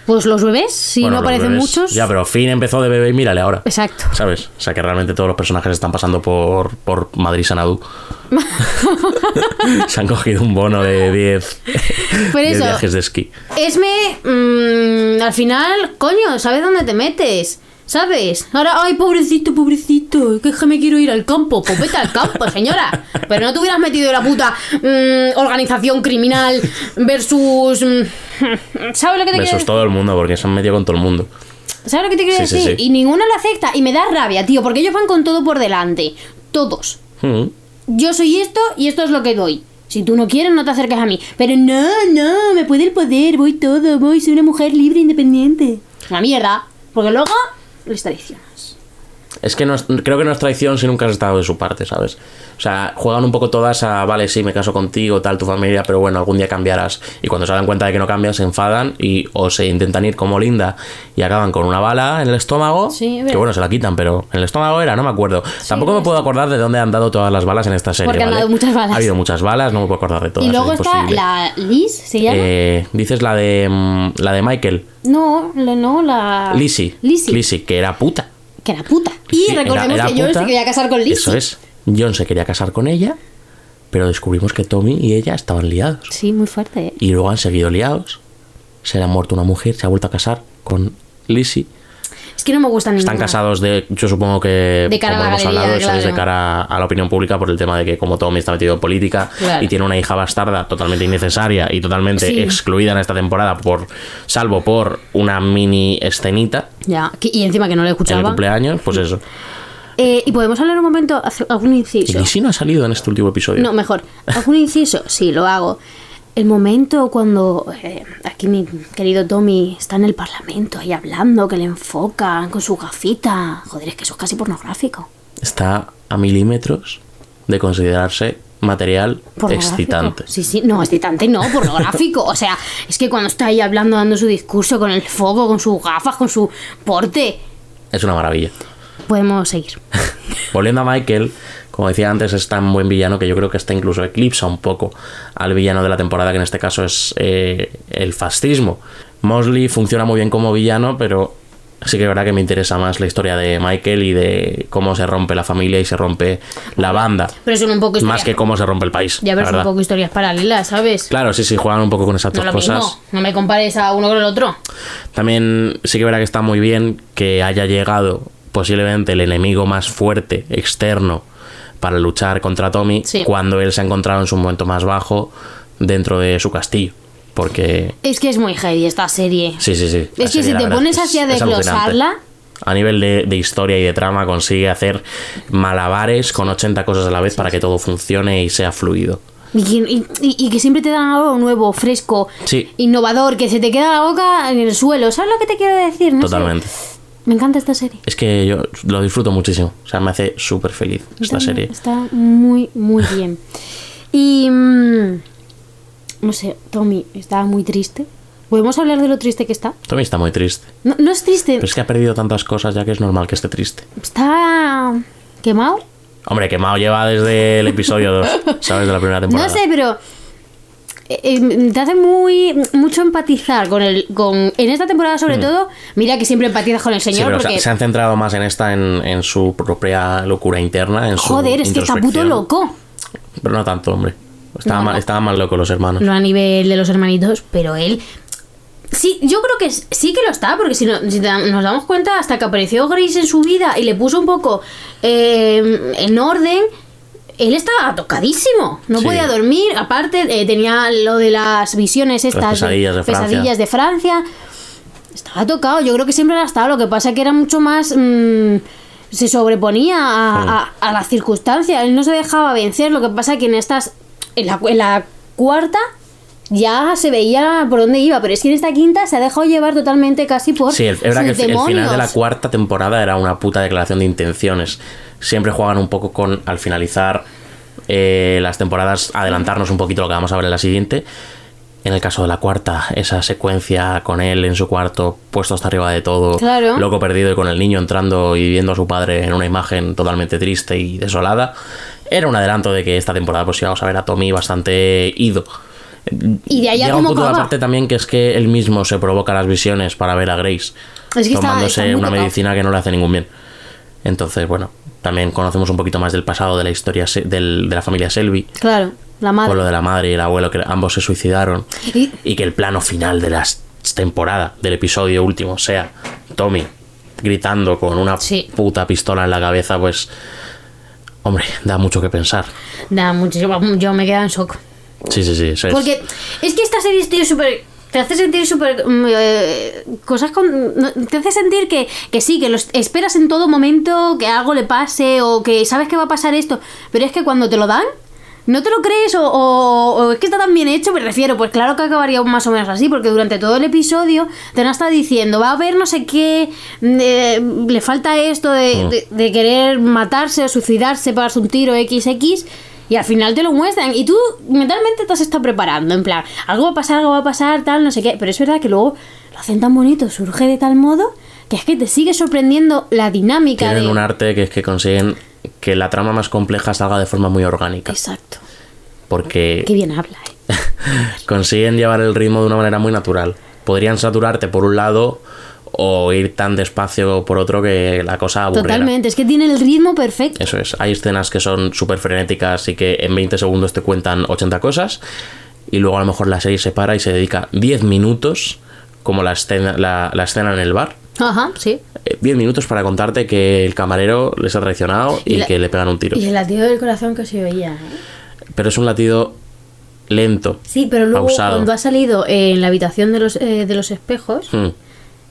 [SPEAKER 2] Pues los bebés, si
[SPEAKER 1] Bueno,
[SPEAKER 2] no
[SPEAKER 1] los
[SPEAKER 2] aparecen
[SPEAKER 1] bebés-
[SPEAKER 2] muchos.
[SPEAKER 1] Ya, pero Finn empezó de bebé y mírale ahora.
[SPEAKER 2] Exacto.
[SPEAKER 1] ¿Sabes? O sea que realmente todos los personajes están pasando por, por Madrid Sanadú. se han cogido un bono de 10
[SPEAKER 2] Por
[SPEAKER 1] 10
[SPEAKER 2] eso.
[SPEAKER 1] viajes de esquí.
[SPEAKER 2] Esme, mm, al final, coño, ¿sabes dónde te metes? ¿Sabes? Ahora, ay, pobrecito, pobrecito, que es que me quiero ir al campo. Pues vete al campo, señora. Pero no te hubieras metido en la puta mm, organización criminal versus... mm, ¿Sabes lo que te quiero
[SPEAKER 1] Versus
[SPEAKER 2] decir?
[SPEAKER 1] todo el mundo, porque se han metido con todo el mundo.
[SPEAKER 2] ¿Sabes lo que te quiero
[SPEAKER 1] Sí, sí,
[SPEAKER 2] decir?
[SPEAKER 1] sí.
[SPEAKER 2] Y ninguno lo acepta. Y me da rabia, tío, porque ellos van con todo por delante. Todos.
[SPEAKER 1] Mm.
[SPEAKER 2] Yo soy esto y esto es lo que doy. Si tú no quieres, no te acerques a mí. Pero no, no, me puede el poder, voy todo, voy, soy una mujer libre, independiente. Una mierda. Porque luego les traicionas.
[SPEAKER 1] Es que no es- creo que no es traición si nunca has estado de su parte, ¿sabes? O sea, juegan un poco todas a, vale, sí, me caso contigo, tal, tu familia, pero bueno, algún día cambiarás. Y cuando se dan cuenta de que no cambias, se enfadan y o se intentan ir como Linda y acaban con una bala en el estómago.
[SPEAKER 2] Sí, es verdad.
[SPEAKER 1] que bueno, se la quitan, pero en el estómago era, no me acuerdo. Tampoco me puedo acordar de dónde han dado todas las balas en esta serie.
[SPEAKER 2] Porque han
[SPEAKER 1] ¿vale?
[SPEAKER 2] dado muchas balas.
[SPEAKER 1] Ha habido muchas balas, no me puedo acordar de todas.
[SPEAKER 2] y luego
[SPEAKER 1] es
[SPEAKER 2] está
[SPEAKER 1] imposible.
[SPEAKER 2] la Liz, ¿se llama?
[SPEAKER 1] Eh, dices la de, mm, la de Michael,
[SPEAKER 2] no, la- no, la...
[SPEAKER 1] Lizzie.
[SPEAKER 2] Ah. Lizzie.
[SPEAKER 1] Lizzie, que era puta.
[SPEAKER 2] Que era puta. Y
[SPEAKER 1] Pues Sí, era-
[SPEAKER 2] recordemos
[SPEAKER 1] era
[SPEAKER 2] que yo
[SPEAKER 1] puta.
[SPEAKER 2] se quería casar con Lizzie.
[SPEAKER 1] Eso es. John se quería casar con ella, pero descubrimos que Tommy y ella estaban liados.
[SPEAKER 2] Sí, muy fuerte, ¿eh?
[SPEAKER 1] Y luego han seguido liados. Se le ha muerto una mujer, se ha vuelto a casar con Lizzie.
[SPEAKER 2] Es que no me gustan
[SPEAKER 1] Están
[SPEAKER 2] ninguna.
[SPEAKER 1] casados de, yo supongo que
[SPEAKER 2] De cara a
[SPEAKER 1] como
[SPEAKER 2] la
[SPEAKER 1] hemos
[SPEAKER 2] galería,
[SPEAKER 1] hablado, eso es de
[SPEAKER 2] claro.
[SPEAKER 1] cara a la opinión pública por el tema de que como Tommy está metido en política
[SPEAKER 2] Claro.
[SPEAKER 1] y tiene una hija bastarda totalmente innecesaria y totalmente
[SPEAKER 2] Sí.
[SPEAKER 1] excluida en esta temporada por salvo por una mini escenita
[SPEAKER 2] Ya, que- y encima que no le
[SPEAKER 1] en el
[SPEAKER 2] escuchaba.
[SPEAKER 1] cumpleaños, pues eso.
[SPEAKER 2] Eh, y podemos hablar un momento, hacer algún
[SPEAKER 1] Y
[SPEAKER 2] inciso.
[SPEAKER 1] Lizzie no ha salido en este último episodio.
[SPEAKER 2] No, mejor. ¿Algún inciso? Sí, lo hago. el momento cuando eh, aquí mi querido Tommy está en el parlamento ahí hablando, que le enfocan con su gafita. Joder, es que eso es casi pornográfico.
[SPEAKER 1] Está a milímetros de considerarse material
[SPEAKER 2] Pornográfico.
[SPEAKER 1] excitante.
[SPEAKER 2] Sí, sí, no, excitante no, pornográfico. O sea, es que cuando está ahí hablando, dando su discurso con el foco, con sus gafas, con su porte,
[SPEAKER 1] Es una maravilla.
[SPEAKER 2] podemos seguir.
[SPEAKER 1] Volviendo a Michael, como decía antes, es tan buen villano que yo creo que hasta incluso eclipsa un poco al villano de la temporada, que en este caso es eh, el fascismo. Mosley funciona muy bien como villano, pero sí que es verdad que me interesa más la historia de Michael y de cómo se rompe la familia y se rompe la banda,
[SPEAKER 2] Pero son un poco historias.
[SPEAKER 1] más que cómo se rompe el país.
[SPEAKER 2] Ya,
[SPEAKER 1] la
[SPEAKER 2] pero son un
[SPEAKER 1] verdad.
[SPEAKER 2] poco historias paralelas, ¿sabes?
[SPEAKER 1] Claro, sí, sí, juegan un poco con esas
[SPEAKER 2] No
[SPEAKER 1] dos
[SPEAKER 2] lo
[SPEAKER 1] cosas.
[SPEAKER 2] mismo, no me compares a uno con el otro.
[SPEAKER 1] También sí que verá que está muy bien que haya llegado posiblemente el enemigo más fuerte externo para luchar contra Tommy
[SPEAKER 2] Sí.
[SPEAKER 1] cuando él se ha encontrado en su momento más bajo dentro de su castillo. Porque...
[SPEAKER 2] Es que es muy heavy esta serie.
[SPEAKER 1] Sí, sí, sí.
[SPEAKER 2] Es que si te pones así a desglosarla-
[SPEAKER 1] desglosarla... A nivel de, de historia y de trama consigue hacer malabares con 80 cosas a la vez para que todo funcione y sea fluido.
[SPEAKER 2] Y, que- y- y- y que siempre te dan algo nuevo, fresco,
[SPEAKER 1] Sí.
[SPEAKER 2] innovador, que se te queda la boca en el suelo. ¿Sabes lo que te quiero decir? No sé.
[SPEAKER 1] Totalmente.
[SPEAKER 2] Me encanta esta serie.
[SPEAKER 1] Es que yo lo disfruto muchísimo. O sea, me hace súper feliz esta
[SPEAKER 2] Está-
[SPEAKER 1] serie.
[SPEAKER 2] Está muy, muy bien. Y. mm, no sé, Tommy estaba muy triste. ¿Podemos hablar de lo triste que está?
[SPEAKER 1] Tommy está muy triste.
[SPEAKER 2] No, no es triste.
[SPEAKER 1] Pero es que ha perdido tantas cosas ya que es normal que esté triste.
[SPEAKER 2] Está. quemado.
[SPEAKER 1] Hombre, que Mao lleva desde el episodio 2, ¿sabes? De la primera temporada.
[SPEAKER 2] No sé, pero eh, eh, te hace muy mucho empatizar con el con en esta temporada sobre todo mira que siempre empatizas con el
[SPEAKER 1] Mm. Sí,
[SPEAKER 2] señor
[SPEAKER 1] pero se-
[SPEAKER 2] porque
[SPEAKER 1] se han centrado más en esta, en, en su propia locura interna, en su
[SPEAKER 2] joder es que está puto
[SPEAKER 1] introspección.
[SPEAKER 2] loco
[SPEAKER 1] Pero no tanto, hombre. Estaban,
[SPEAKER 2] No,
[SPEAKER 1] mal,
[SPEAKER 2] no.
[SPEAKER 1] estaban mal locos los hermanos.
[SPEAKER 2] no a nivel de los hermanitos pero él sí yo creo que s- sí que lo está porque si, no- si te- nos damos cuenta hasta que apareció Grace en su vida y le puso un poco eh, en orden él estaba tocadísimo, no
[SPEAKER 1] Sí.
[SPEAKER 2] podía dormir, aparte eh, tenía lo de las visiones estas
[SPEAKER 1] pesadillas de Francia.
[SPEAKER 2] pesadillas de Francia. Estaba tocado, yo creo que siempre lo ha estado. Lo que pasa que era mucho más. mm, se sobreponía a, a- a las circunstancias. Él no se dejaba vencer. Lo que pasa que en estas. En la, cu- en la cuarta. Ya se veía por dónde iba, pero es que en esta quinta se ha dejado llevar totalmente casi por
[SPEAKER 1] Sí, el- es verdad que el,
[SPEAKER 2] sus
[SPEAKER 1] fi- el final de la
[SPEAKER 2] demonios.
[SPEAKER 1] cuarta temporada era una puta declaración de intenciones. Siempre juegan un poco con, al finalizar eh, las temporadas, adelantarnos un poquito lo que vamos a ver en la siguiente. En el caso de la cuarta, esa secuencia con él en su cuarto, puesto hasta arriba de todo,
[SPEAKER 2] Claro.
[SPEAKER 1] loco perdido y con el niño entrando y viendo a su padre en una imagen totalmente triste y desolada, era un adelanto de que esta temporada pues íbamos a ver a Tommy bastante ido.
[SPEAKER 2] Y de ahí a
[SPEAKER 1] Llega un
[SPEAKER 2] cómo
[SPEAKER 1] punto de
[SPEAKER 2] acaba.
[SPEAKER 1] aparte también que es que él mismo se provoca las visiones para ver a Grace
[SPEAKER 2] Es que está-
[SPEAKER 1] tomándose
[SPEAKER 2] está muy
[SPEAKER 1] una
[SPEAKER 2] tocado.
[SPEAKER 1] medicina que no le hace ningún bien. Entonces, bueno, también conocemos un poquito más del pasado de la historia se- del- de la familia Selby,
[SPEAKER 2] Claro, la
[SPEAKER 1] con
[SPEAKER 2] madre.
[SPEAKER 1] lo de la madre y el abuelo que ambos se suicidaron
[SPEAKER 2] Y-
[SPEAKER 1] y que el plano final de la temporada, del episodio último, sea Tommy gritando con una
[SPEAKER 2] Sí.
[SPEAKER 1] puta pistola en la cabeza, pues hombre, da mucho que pensar.
[SPEAKER 2] Da muchísimo. Yo me quedo en shock.
[SPEAKER 1] Sí, sí, sí, eso es.
[SPEAKER 2] Porque es que esta serie tío, es súper. Te hace sentir súper. mm, eh, cosas con. no, Te hace sentir que, que sí, que lo esperas en todo momento, que algo le pase o que sabes que va a pasar esto. Pero es que cuando te lo dan, no te lo crees o, o- o es que está tan bien hecho, me refiero. Pues claro que acabaría más o menos así, porque durante todo el episodio te han estado diciendo, va a haber no sé qué, mm, eh, le falta esto de,
[SPEAKER 1] Mm.
[SPEAKER 2] de- de querer matarse o suicidarse, pegarse un tiro XX. Y al final te lo muestran. Y tú mentalmente te has estado preparando. En plan, algo va a pasar, algo va a pasar, tal, no sé qué. Pero es verdad que luego lo hacen tan bonito, surge de tal modo que es que te sigue sorprendiendo la dinámica
[SPEAKER 1] Tienen
[SPEAKER 2] de.
[SPEAKER 1] un arte que es que consiguen que la trama más compleja salga de forma muy orgánica.
[SPEAKER 2] Exacto.
[SPEAKER 1] Porque
[SPEAKER 2] Qué bien habla, eh.
[SPEAKER 1] consiguen llevar el ritmo de una manera muy natural. Podrían saturarte por un lado o ir tan despacio por otro que la Eh. cosa aburriera.
[SPEAKER 2] Totalmente. Es que tiene el ritmo perfecto.
[SPEAKER 1] Eso es. Hay escenas que son súper frenéticas y que en 20 segundos te cuentan 80 cosas. Y luego a lo mejor la serie se para y se dedica 10 minutos, como la escena, la, la escena en el bar.
[SPEAKER 2] Ajá, sí.
[SPEAKER 1] eh, 10 minutos para contarte que el camarero les ha traicionado y,
[SPEAKER 2] Y la-
[SPEAKER 1] que le pegan un tiro.
[SPEAKER 2] Y el latido del corazón que se oía. ¿eh?
[SPEAKER 1] Pero es un latido lento.
[SPEAKER 2] Sí, pero luego
[SPEAKER 1] Pausado.
[SPEAKER 2] cuando ha salido eh, en la habitación de los, eh, de los espejos,
[SPEAKER 1] Hmm.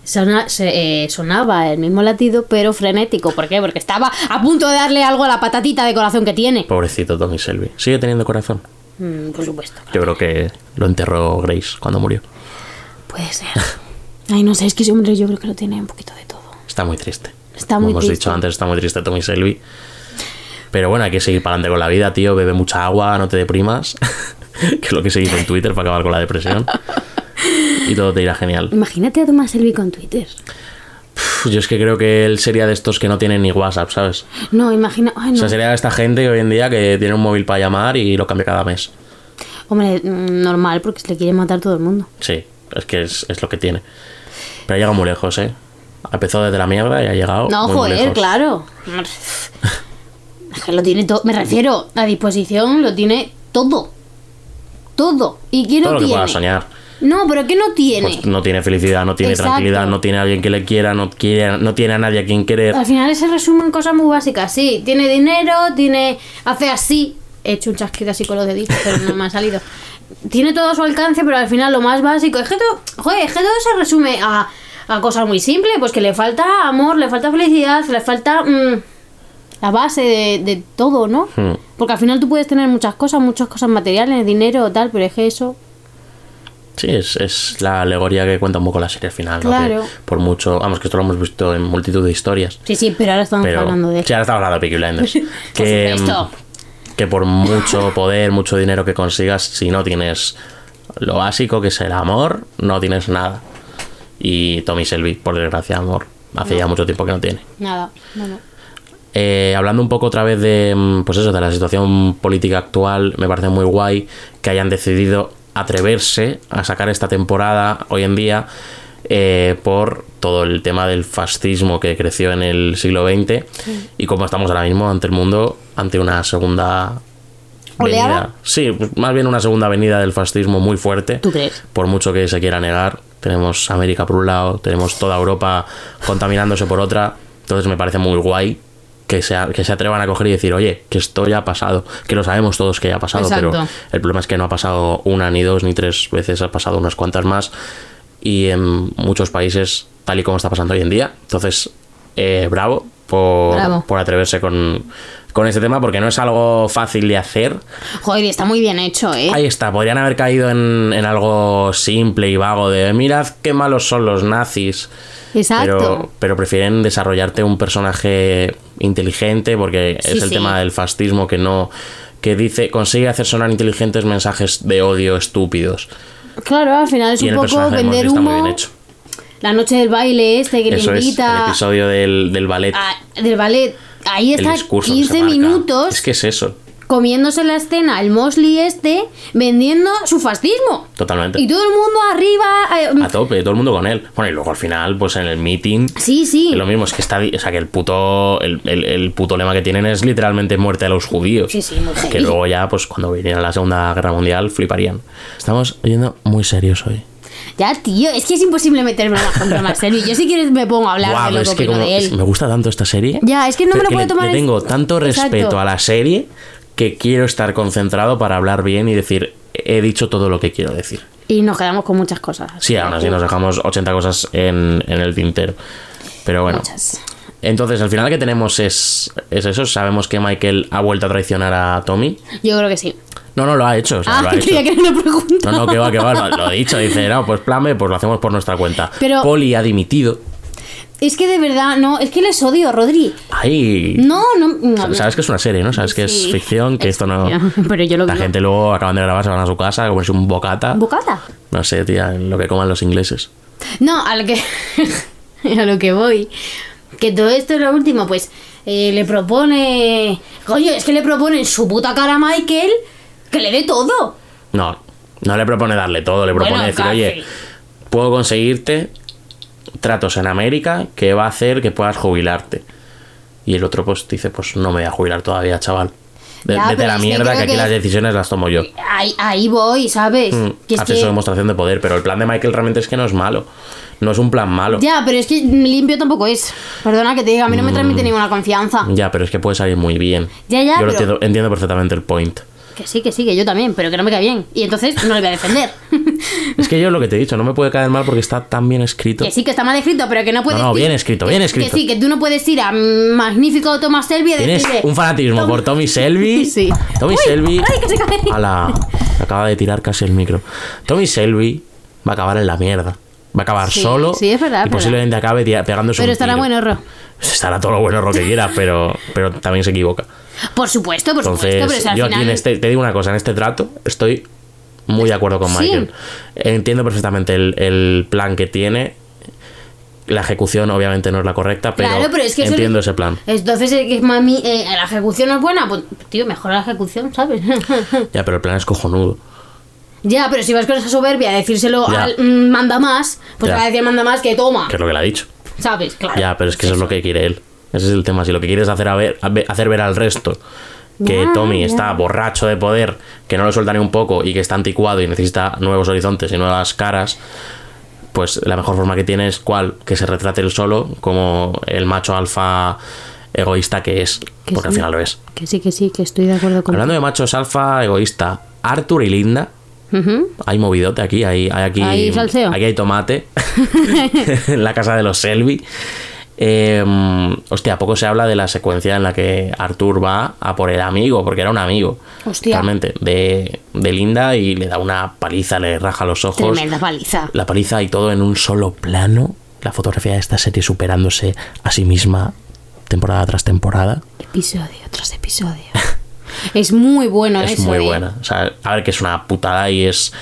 [SPEAKER 2] sona- se, eh, sonaba el mismo latido, pero frenético. ¿Por qué? Porque estaba a punto de darle algo a la patatita de corazón que tiene.
[SPEAKER 1] Pobrecito Tommy Selby. Sigue teniendo corazón.
[SPEAKER 2] Mm, por supuesto.
[SPEAKER 1] Yo creo que Lo enterró Grace cuando murió.
[SPEAKER 2] Puede ser. Ay, no sé, es que ese hombre yo creo que lo tiene un poquito de todo.
[SPEAKER 1] Está muy triste.
[SPEAKER 2] Está
[SPEAKER 1] Como
[SPEAKER 2] muy
[SPEAKER 1] hemos
[SPEAKER 2] triste.
[SPEAKER 1] dicho antes, está muy triste Tommy Selby. Pero bueno, hay que seguir para adelante con la vida, tío. Bebe mucha agua, no te deprimas. que es lo que se hizo en Twitter para acabar con la depresión. Y todo te irá genial.
[SPEAKER 2] Imagínate a Tomás Selby con Twitter.
[SPEAKER 1] Pff, yo es que creo que él sería de estos que no tienen ni WhatsApp, ¿sabes?
[SPEAKER 2] No, imagina. Ay,
[SPEAKER 1] O
[SPEAKER 2] no.
[SPEAKER 1] sea, sería de esta gente hoy en día que tiene un móvil para llamar y lo cambia cada mes.
[SPEAKER 2] Hombre, mm, normal, porque se le quiere matar todo el mundo.
[SPEAKER 1] Sí, es que es, es lo que tiene. Pero ha llegado muy lejos, ¿eh? Empezó desde la mierda y ha llegado.
[SPEAKER 2] No,
[SPEAKER 1] Oh, muy, muy
[SPEAKER 2] joder,
[SPEAKER 1] lejos.
[SPEAKER 2] claro. Es que lo tiene todo. Me refiero, a disposición lo tiene todo. Todo. ¿Y quién
[SPEAKER 1] Todo
[SPEAKER 2] no
[SPEAKER 1] lo que
[SPEAKER 2] tiene?
[SPEAKER 1] pueda soñar.
[SPEAKER 2] No, pero ¿qué no tiene?
[SPEAKER 1] Pues no tiene felicidad, no tiene
[SPEAKER 2] Exacto.
[SPEAKER 1] tranquilidad, no tiene a alguien que le quiera, no, quiere, no tiene a nadie a quien querer.
[SPEAKER 2] Al final se resumen cosas muy básicas. Sí, tiene dinero, tiene. hace así. He hecho un chasquido así con los deditos, pero no me ha salido. Tiene todo a su alcance, pero al final lo más básico. Es que todo, joder, es que todo se resume a, a cosas muy simples. Pues que le falta amor, le falta felicidad, le falta. mm, la base de, de todo, ¿no?
[SPEAKER 1] Hmm.
[SPEAKER 2] Porque al final tú puedes tener muchas cosas, muchas cosas materiales, dinero, tal, pero es que eso.
[SPEAKER 1] Sí, es, es la alegoría que cuenta un poco la serie al final. ¿no?
[SPEAKER 2] Claro.
[SPEAKER 1] Que por mucho. Vamos, que esto lo hemos visto en multitud de historias.
[SPEAKER 2] Sí, sí, pero ahora estamos
[SPEAKER 1] Pero.
[SPEAKER 2] hablando de.
[SPEAKER 1] Sí, ahora estamos hablando de Peaky Blinders. que, mm,
[SPEAKER 2] supuesto.
[SPEAKER 1] que por mucho poder, mucho dinero que consigas, si no tienes lo básico que es el amor, no tienes nada. Y Tommy Selby, por desgracia, amor, hace ya mucho tiempo que no tiene.
[SPEAKER 2] Nada, no, no.
[SPEAKER 1] Eh, hablando un poco otra vez de, mm, pues eso, de la situación política actual, me parece muy guay que hayan decidido atreverse a sacar esta temporada hoy en día eh, por todo el tema del fascismo que creció en el siglo XX y cómo estamos ahora mismo ante el mundo, ante una segunda
[SPEAKER 2] ¿Oleada?
[SPEAKER 1] venida. Sí, pues, más bien una segunda venida del fascismo muy fuerte
[SPEAKER 2] ¿Tú crees?
[SPEAKER 1] por mucho que se quiera negar. Tenemos América por un lado, tenemos toda Europa contaminándose por otra. Entonces me parece muy guay que se, a- que se atrevan a coger y decir, oye, que esto ya ha pasado, que lo sabemos todos que ya ha pasado, pero
[SPEAKER 2] Exacto.
[SPEAKER 1] el problema es que no ha pasado una, ni dos, ni tres veces, ha pasado unas cuantas más. Y en muchos países, tal y como está pasando hoy en día. Entonces, eh, bravo por,
[SPEAKER 2] Bravo.
[SPEAKER 1] por atreverse con, con este tema, porque no es algo fácil de hacer.
[SPEAKER 2] Joder, y está muy bien hecho, ¿eh?
[SPEAKER 1] Ahí está, podrían haber caído en, en algo simple y vago de mirad qué malos son los nazis.
[SPEAKER 2] Exacto.
[SPEAKER 1] Pero, pero prefieren desarrollarte un personaje inteligente porque
[SPEAKER 2] Sí,
[SPEAKER 1] es el
[SPEAKER 2] sí.
[SPEAKER 1] tema del fascismo que no que dice consigue hacer sonar inteligentes mensajes de odio estúpidos
[SPEAKER 2] Claro, al final es
[SPEAKER 1] y
[SPEAKER 2] un
[SPEAKER 1] el
[SPEAKER 2] poco
[SPEAKER 1] personaje de Monty
[SPEAKER 2] vender
[SPEAKER 1] está muy
[SPEAKER 2] humo.
[SPEAKER 1] bien hecho
[SPEAKER 2] La noche del baile este que
[SPEAKER 1] eso
[SPEAKER 2] le
[SPEAKER 1] es el
[SPEAKER 2] invita
[SPEAKER 1] episodio del, del ballet
[SPEAKER 2] a- del ballet. Ahí
[SPEAKER 1] el
[SPEAKER 2] está
[SPEAKER 1] discurso que se
[SPEAKER 2] 15
[SPEAKER 1] marca.
[SPEAKER 2] minutos
[SPEAKER 1] es que es eso
[SPEAKER 2] comiéndose la escena, el Mosley este vendiendo su fascismo.
[SPEAKER 1] totalmente
[SPEAKER 2] Y todo el mundo arriba. eh,
[SPEAKER 1] a tope todo el mundo con él bueno y luego al final pues en el meeting
[SPEAKER 2] sí, sí.
[SPEAKER 1] Es lo mismo, es que está. O sea, que el puto. El, el- el puto lema que tienen es literalmente muerte a los judíos.
[SPEAKER 2] Sí, sí, muy
[SPEAKER 1] Que
[SPEAKER 2] heavy.
[SPEAKER 1] luego ya, pues cuando viniera la Segunda Guerra Mundial, fliparían. Estamos yendo muy serios hoy.
[SPEAKER 2] Ya, tío, es que es imposible meter bromas contra Marcelo. Yo si quieres me pongo a hablar
[SPEAKER 1] Guau,
[SPEAKER 2] de lo
[SPEAKER 1] es
[SPEAKER 2] que
[SPEAKER 1] que
[SPEAKER 2] opino
[SPEAKER 1] como-
[SPEAKER 2] de él.
[SPEAKER 1] me gusta tanto esta serie.
[SPEAKER 2] Ya, es que no me
[SPEAKER 1] pero
[SPEAKER 2] lo puedo
[SPEAKER 1] le-
[SPEAKER 2] tomar
[SPEAKER 1] le
[SPEAKER 2] en-
[SPEAKER 1] tengo tanto respeto
[SPEAKER 2] Exacto.
[SPEAKER 1] a la serie que quiero estar concentrado para hablar bien y decir, he dicho todo lo que quiero decir.
[SPEAKER 2] Y nos quedamos con muchas cosas.
[SPEAKER 1] Sí, aún así nos dejamos 80 cosas en, en el tintero. Pero bueno.
[SPEAKER 2] Muchas.
[SPEAKER 1] Entonces, al final que tenemos es, es eso. Sabemos que Michael ha vuelto a traicionar a Tommy.
[SPEAKER 2] Yo creo que sí.
[SPEAKER 1] No, no, lo ha hecho. o sea,
[SPEAKER 2] Ah,
[SPEAKER 1] lo ha hecho.
[SPEAKER 2] creía que era una pregunta.
[SPEAKER 1] No, no, que va, que va. Lo, lo ha dicho. Dice, no, pues plan B, pues lo hacemos por nuestra cuenta.
[SPEAKER 2] Pero-
[SPEAKER 1] Poli ha dimitido.
[SPEAKER 2] Es que de verdad, no, es que les odio, Rodri.
[SPEAKER 1] Ay.
[SPEAKER 2] No, no. no
[SPEAKER 1] Sabes que es una serie, ¿no? Sabes que es
[SPEAKER 2] Sí.
[SPEAKER 1] ficción, que esto no...
[SPEAKER 2] Pero yo lo
[SPEAKER 1] La
[SPEAKER 2] vi.
[SPEAKER 1] gente luego acaban de grabar, se van a su casa, a comerse un bocata.
[SPEAKER 2] ¿Bocata?
[SPEAKER 1] No sé, tía, lo que coman los ingleses.
[SPEAKER 2] No, a lo que. a lo que voy. Que todo esto es lo último, pues. eh, le propone. Coño, es que le propone en su puta cara a Michael que le dé todo.
[SPEAKER 1] No, no le propone darle todo, le propone
[SPEAKER 2] Bueno,
[SPEAKER 1] decir,
[SPEAKER 2] casi.
[SPEAKER 1] oye, puedo conseguirte tratos en América que va a hacer que puedas jubilarte. Y el otro pues dice, pues no me voy a jubilar todavía, chaval. De,
[SPEAKER 2] Ya,
[SPEAKER 1] vete a
[SPEAKER 2] pero
[SPEAKER 1] la
[SPEAKER 2] es que
[SPEAKER 1] mierda que,
[SPEAKER 2] creo
[SPEAKER 1] aquí
[SPEAKER 2] que-
[SPEAKER 1] las decisiones las tomo yo.
[SPEAKER 2] Ahí, ahí voy, ¿sabes? Que es
[SPEAKER 1] Mm, Hace
[SPEAKER 2] que-
[SPEAKER 1] su demostración de poder, pero el plan de Michael realmente es que no es malo. No es un plan malo.
[SPEAKER 2] Ya, pero es que limpio tampoco es. Perdona que te diga, a mí no
[SPEAKER 1] Mm.
[SPEAKER 2] me transmite ninguna confianza.
[SPEAKER 1] Ya, pero es que puede salir muy bien.
[SPEAKER 2] Ya,
[SPEAKER 1] Yo
[SPEAKER 2] ya,
[SPEAKER 1] lo
[SPEAKER 2] pero-
[SPEAKER 1] entiendo, entiendo perfectamente el point.
[SPEAKER 2] Que sí, que sí, que yo también, pero que no me cae bien. Y entonces no le voy a defender.
[SPEAKER 1] Es que yo lo que te he dicho, no me puede caer mal porque está tan bien escrito.
[SPEAKER 2] que sí, que está mal escrito, pero que no puedes.
[SPEAKER 1] No, no, bien
[SPEAKER 2] ir-
[SPEAKER 1] escrito,
[SPEAKER 2] que-
[SPEAKER 1] bien escrito.
[SPEAKER 2] Que sí, que tú no puedes ir a magnífico Thomas Selby a
[SPEAKER 1] Tienes
[SPEAKER 2] decirle.
[SPEAKER 1] un fanatismo por Tommy Selby.
[SPEAKER 2] Sí.
[SPEAKER 1] Tommy Selby.
[SPEAKER 2] ay, que se cae.
[SPEAKER 1] A la, acaba de tirar casi el micro. Tommy Selby va a acabar en la mierda. Va a acabar
[SPEAKER 2] Sí,
[SPEAKER 1] solo.
[SPEAKER 2] sí, es verdad,
[SPEAKER 1] Y
[SPEAKER 2] es
[SPEAKER 1] posiblemente acabe dia- pegándose
[SPEAKER 2] Pero
[SPEAKER 1] un
[SPEAKER 2] estará
[SPEAKER 1] tiro.
[SPEAKER 2] bueno, Ro.
[SPEAKER 1] Estará todo lo bueno lo que quiera, pero, pero también se equivoca.
[SPEAKER 2] Por supuesto, por
[SPEAKER 1] Entonces,
[SPEAKER 2] supuesto, pero si al
[SPEAKER 1] yo
[SPEAKER 2] final.
[SPEAKER 1] aquí en este, te digo una cosa, en este trato estoy muy de acuerdo con
[SPEAKER 2] Sí.
[SPEAKER 1] Michael. Entiendo perfectamente el, el plan que tiene. La ejecución obviamente no es la correcta, pero,
[SPEAKER 2] Claro, pero es que eso-
[SPEAKER 1] entiendo ese plan.
[SPEAKER 2] Entonces, eh, que mami, eh, la ejecución no es buena, pues tío, mejor la ejecución, ¿sabes?
[SPEAKER 1] Ya, pero el plan es cojonudo.
[SPEAKER 2] ya, pero si vas con esa soberbia a decírselo
[SPEAKER 1] Ya.
[SPEAKER 2] al mm, manda más, pues
[SPEAKER 1] Ya.
[SPEAKER 2] te va a decir manda más que toma,
[SPEAKER 1] Que es lo que le ha dicho.
[SPEAKER 2] ¿sabes? Claro.
[SPEAKER 1] Ya, pero es que eso es lo que quiere él. Ese es el tema. Si lo que quieres hacer a ver, a ver- hacer ver al resto que
[SPEAKER 2] Ya,
[SPEAKER 1] Tommy
[SPEAKER 2] ya.
[SPEAKER 1] está borracho de poder, que no lo suelta ni un poco y que está anticuado y necesita nuevos horizontes y nuevas caras, pues la mejor forma que tiene es cuál, que se retrate él solo como el macho alfa egoísta que es,
[SPEAKER 2] Que
[SPEAKER 1] porque al
[SPEAKER 2] sí.
[SPEAKER 1] final lo es.
[SPEAKER 2] Que sí, que sí, que estoy de acuerdo con.
[SPEAKER 1] Hablando de machos alfa egoísta, Arthur y Linda,
[SPEAKER 2] Ujú.
[SPEAKER 1] hay movidote aquí, hay, hay aquí.
[SPEAKER 2] Hay salseo.
[SPEAKER 1] Aquí hay tomate. en la casa de los Selby. Eh, hostia, poco se habla de la secuencia en la que Arthur va a por el amigo, porque era un amigo.
[SPEAKER 2] Hostia.
[SPEAKER 1] Realmente, de, de Linda y le da una paliza, le raja los ojos.
[SPEAKER 2] Tremenda paliza.
[SPEAKER 1] La paliza y todo en un solo plano. La fotografía de esta serie superándose a sí misma temporada tras temporada.
[SPEAKER 2] Episodio tras episodio. es muy bueno
[SPEAKER 1] es
[SPEAKER 2] eso.
[SPEAKER 1] muy
[SPEAKER 2] ¿eh?
[SPEAKER 1] buena. O sea, a ver que es una putada y es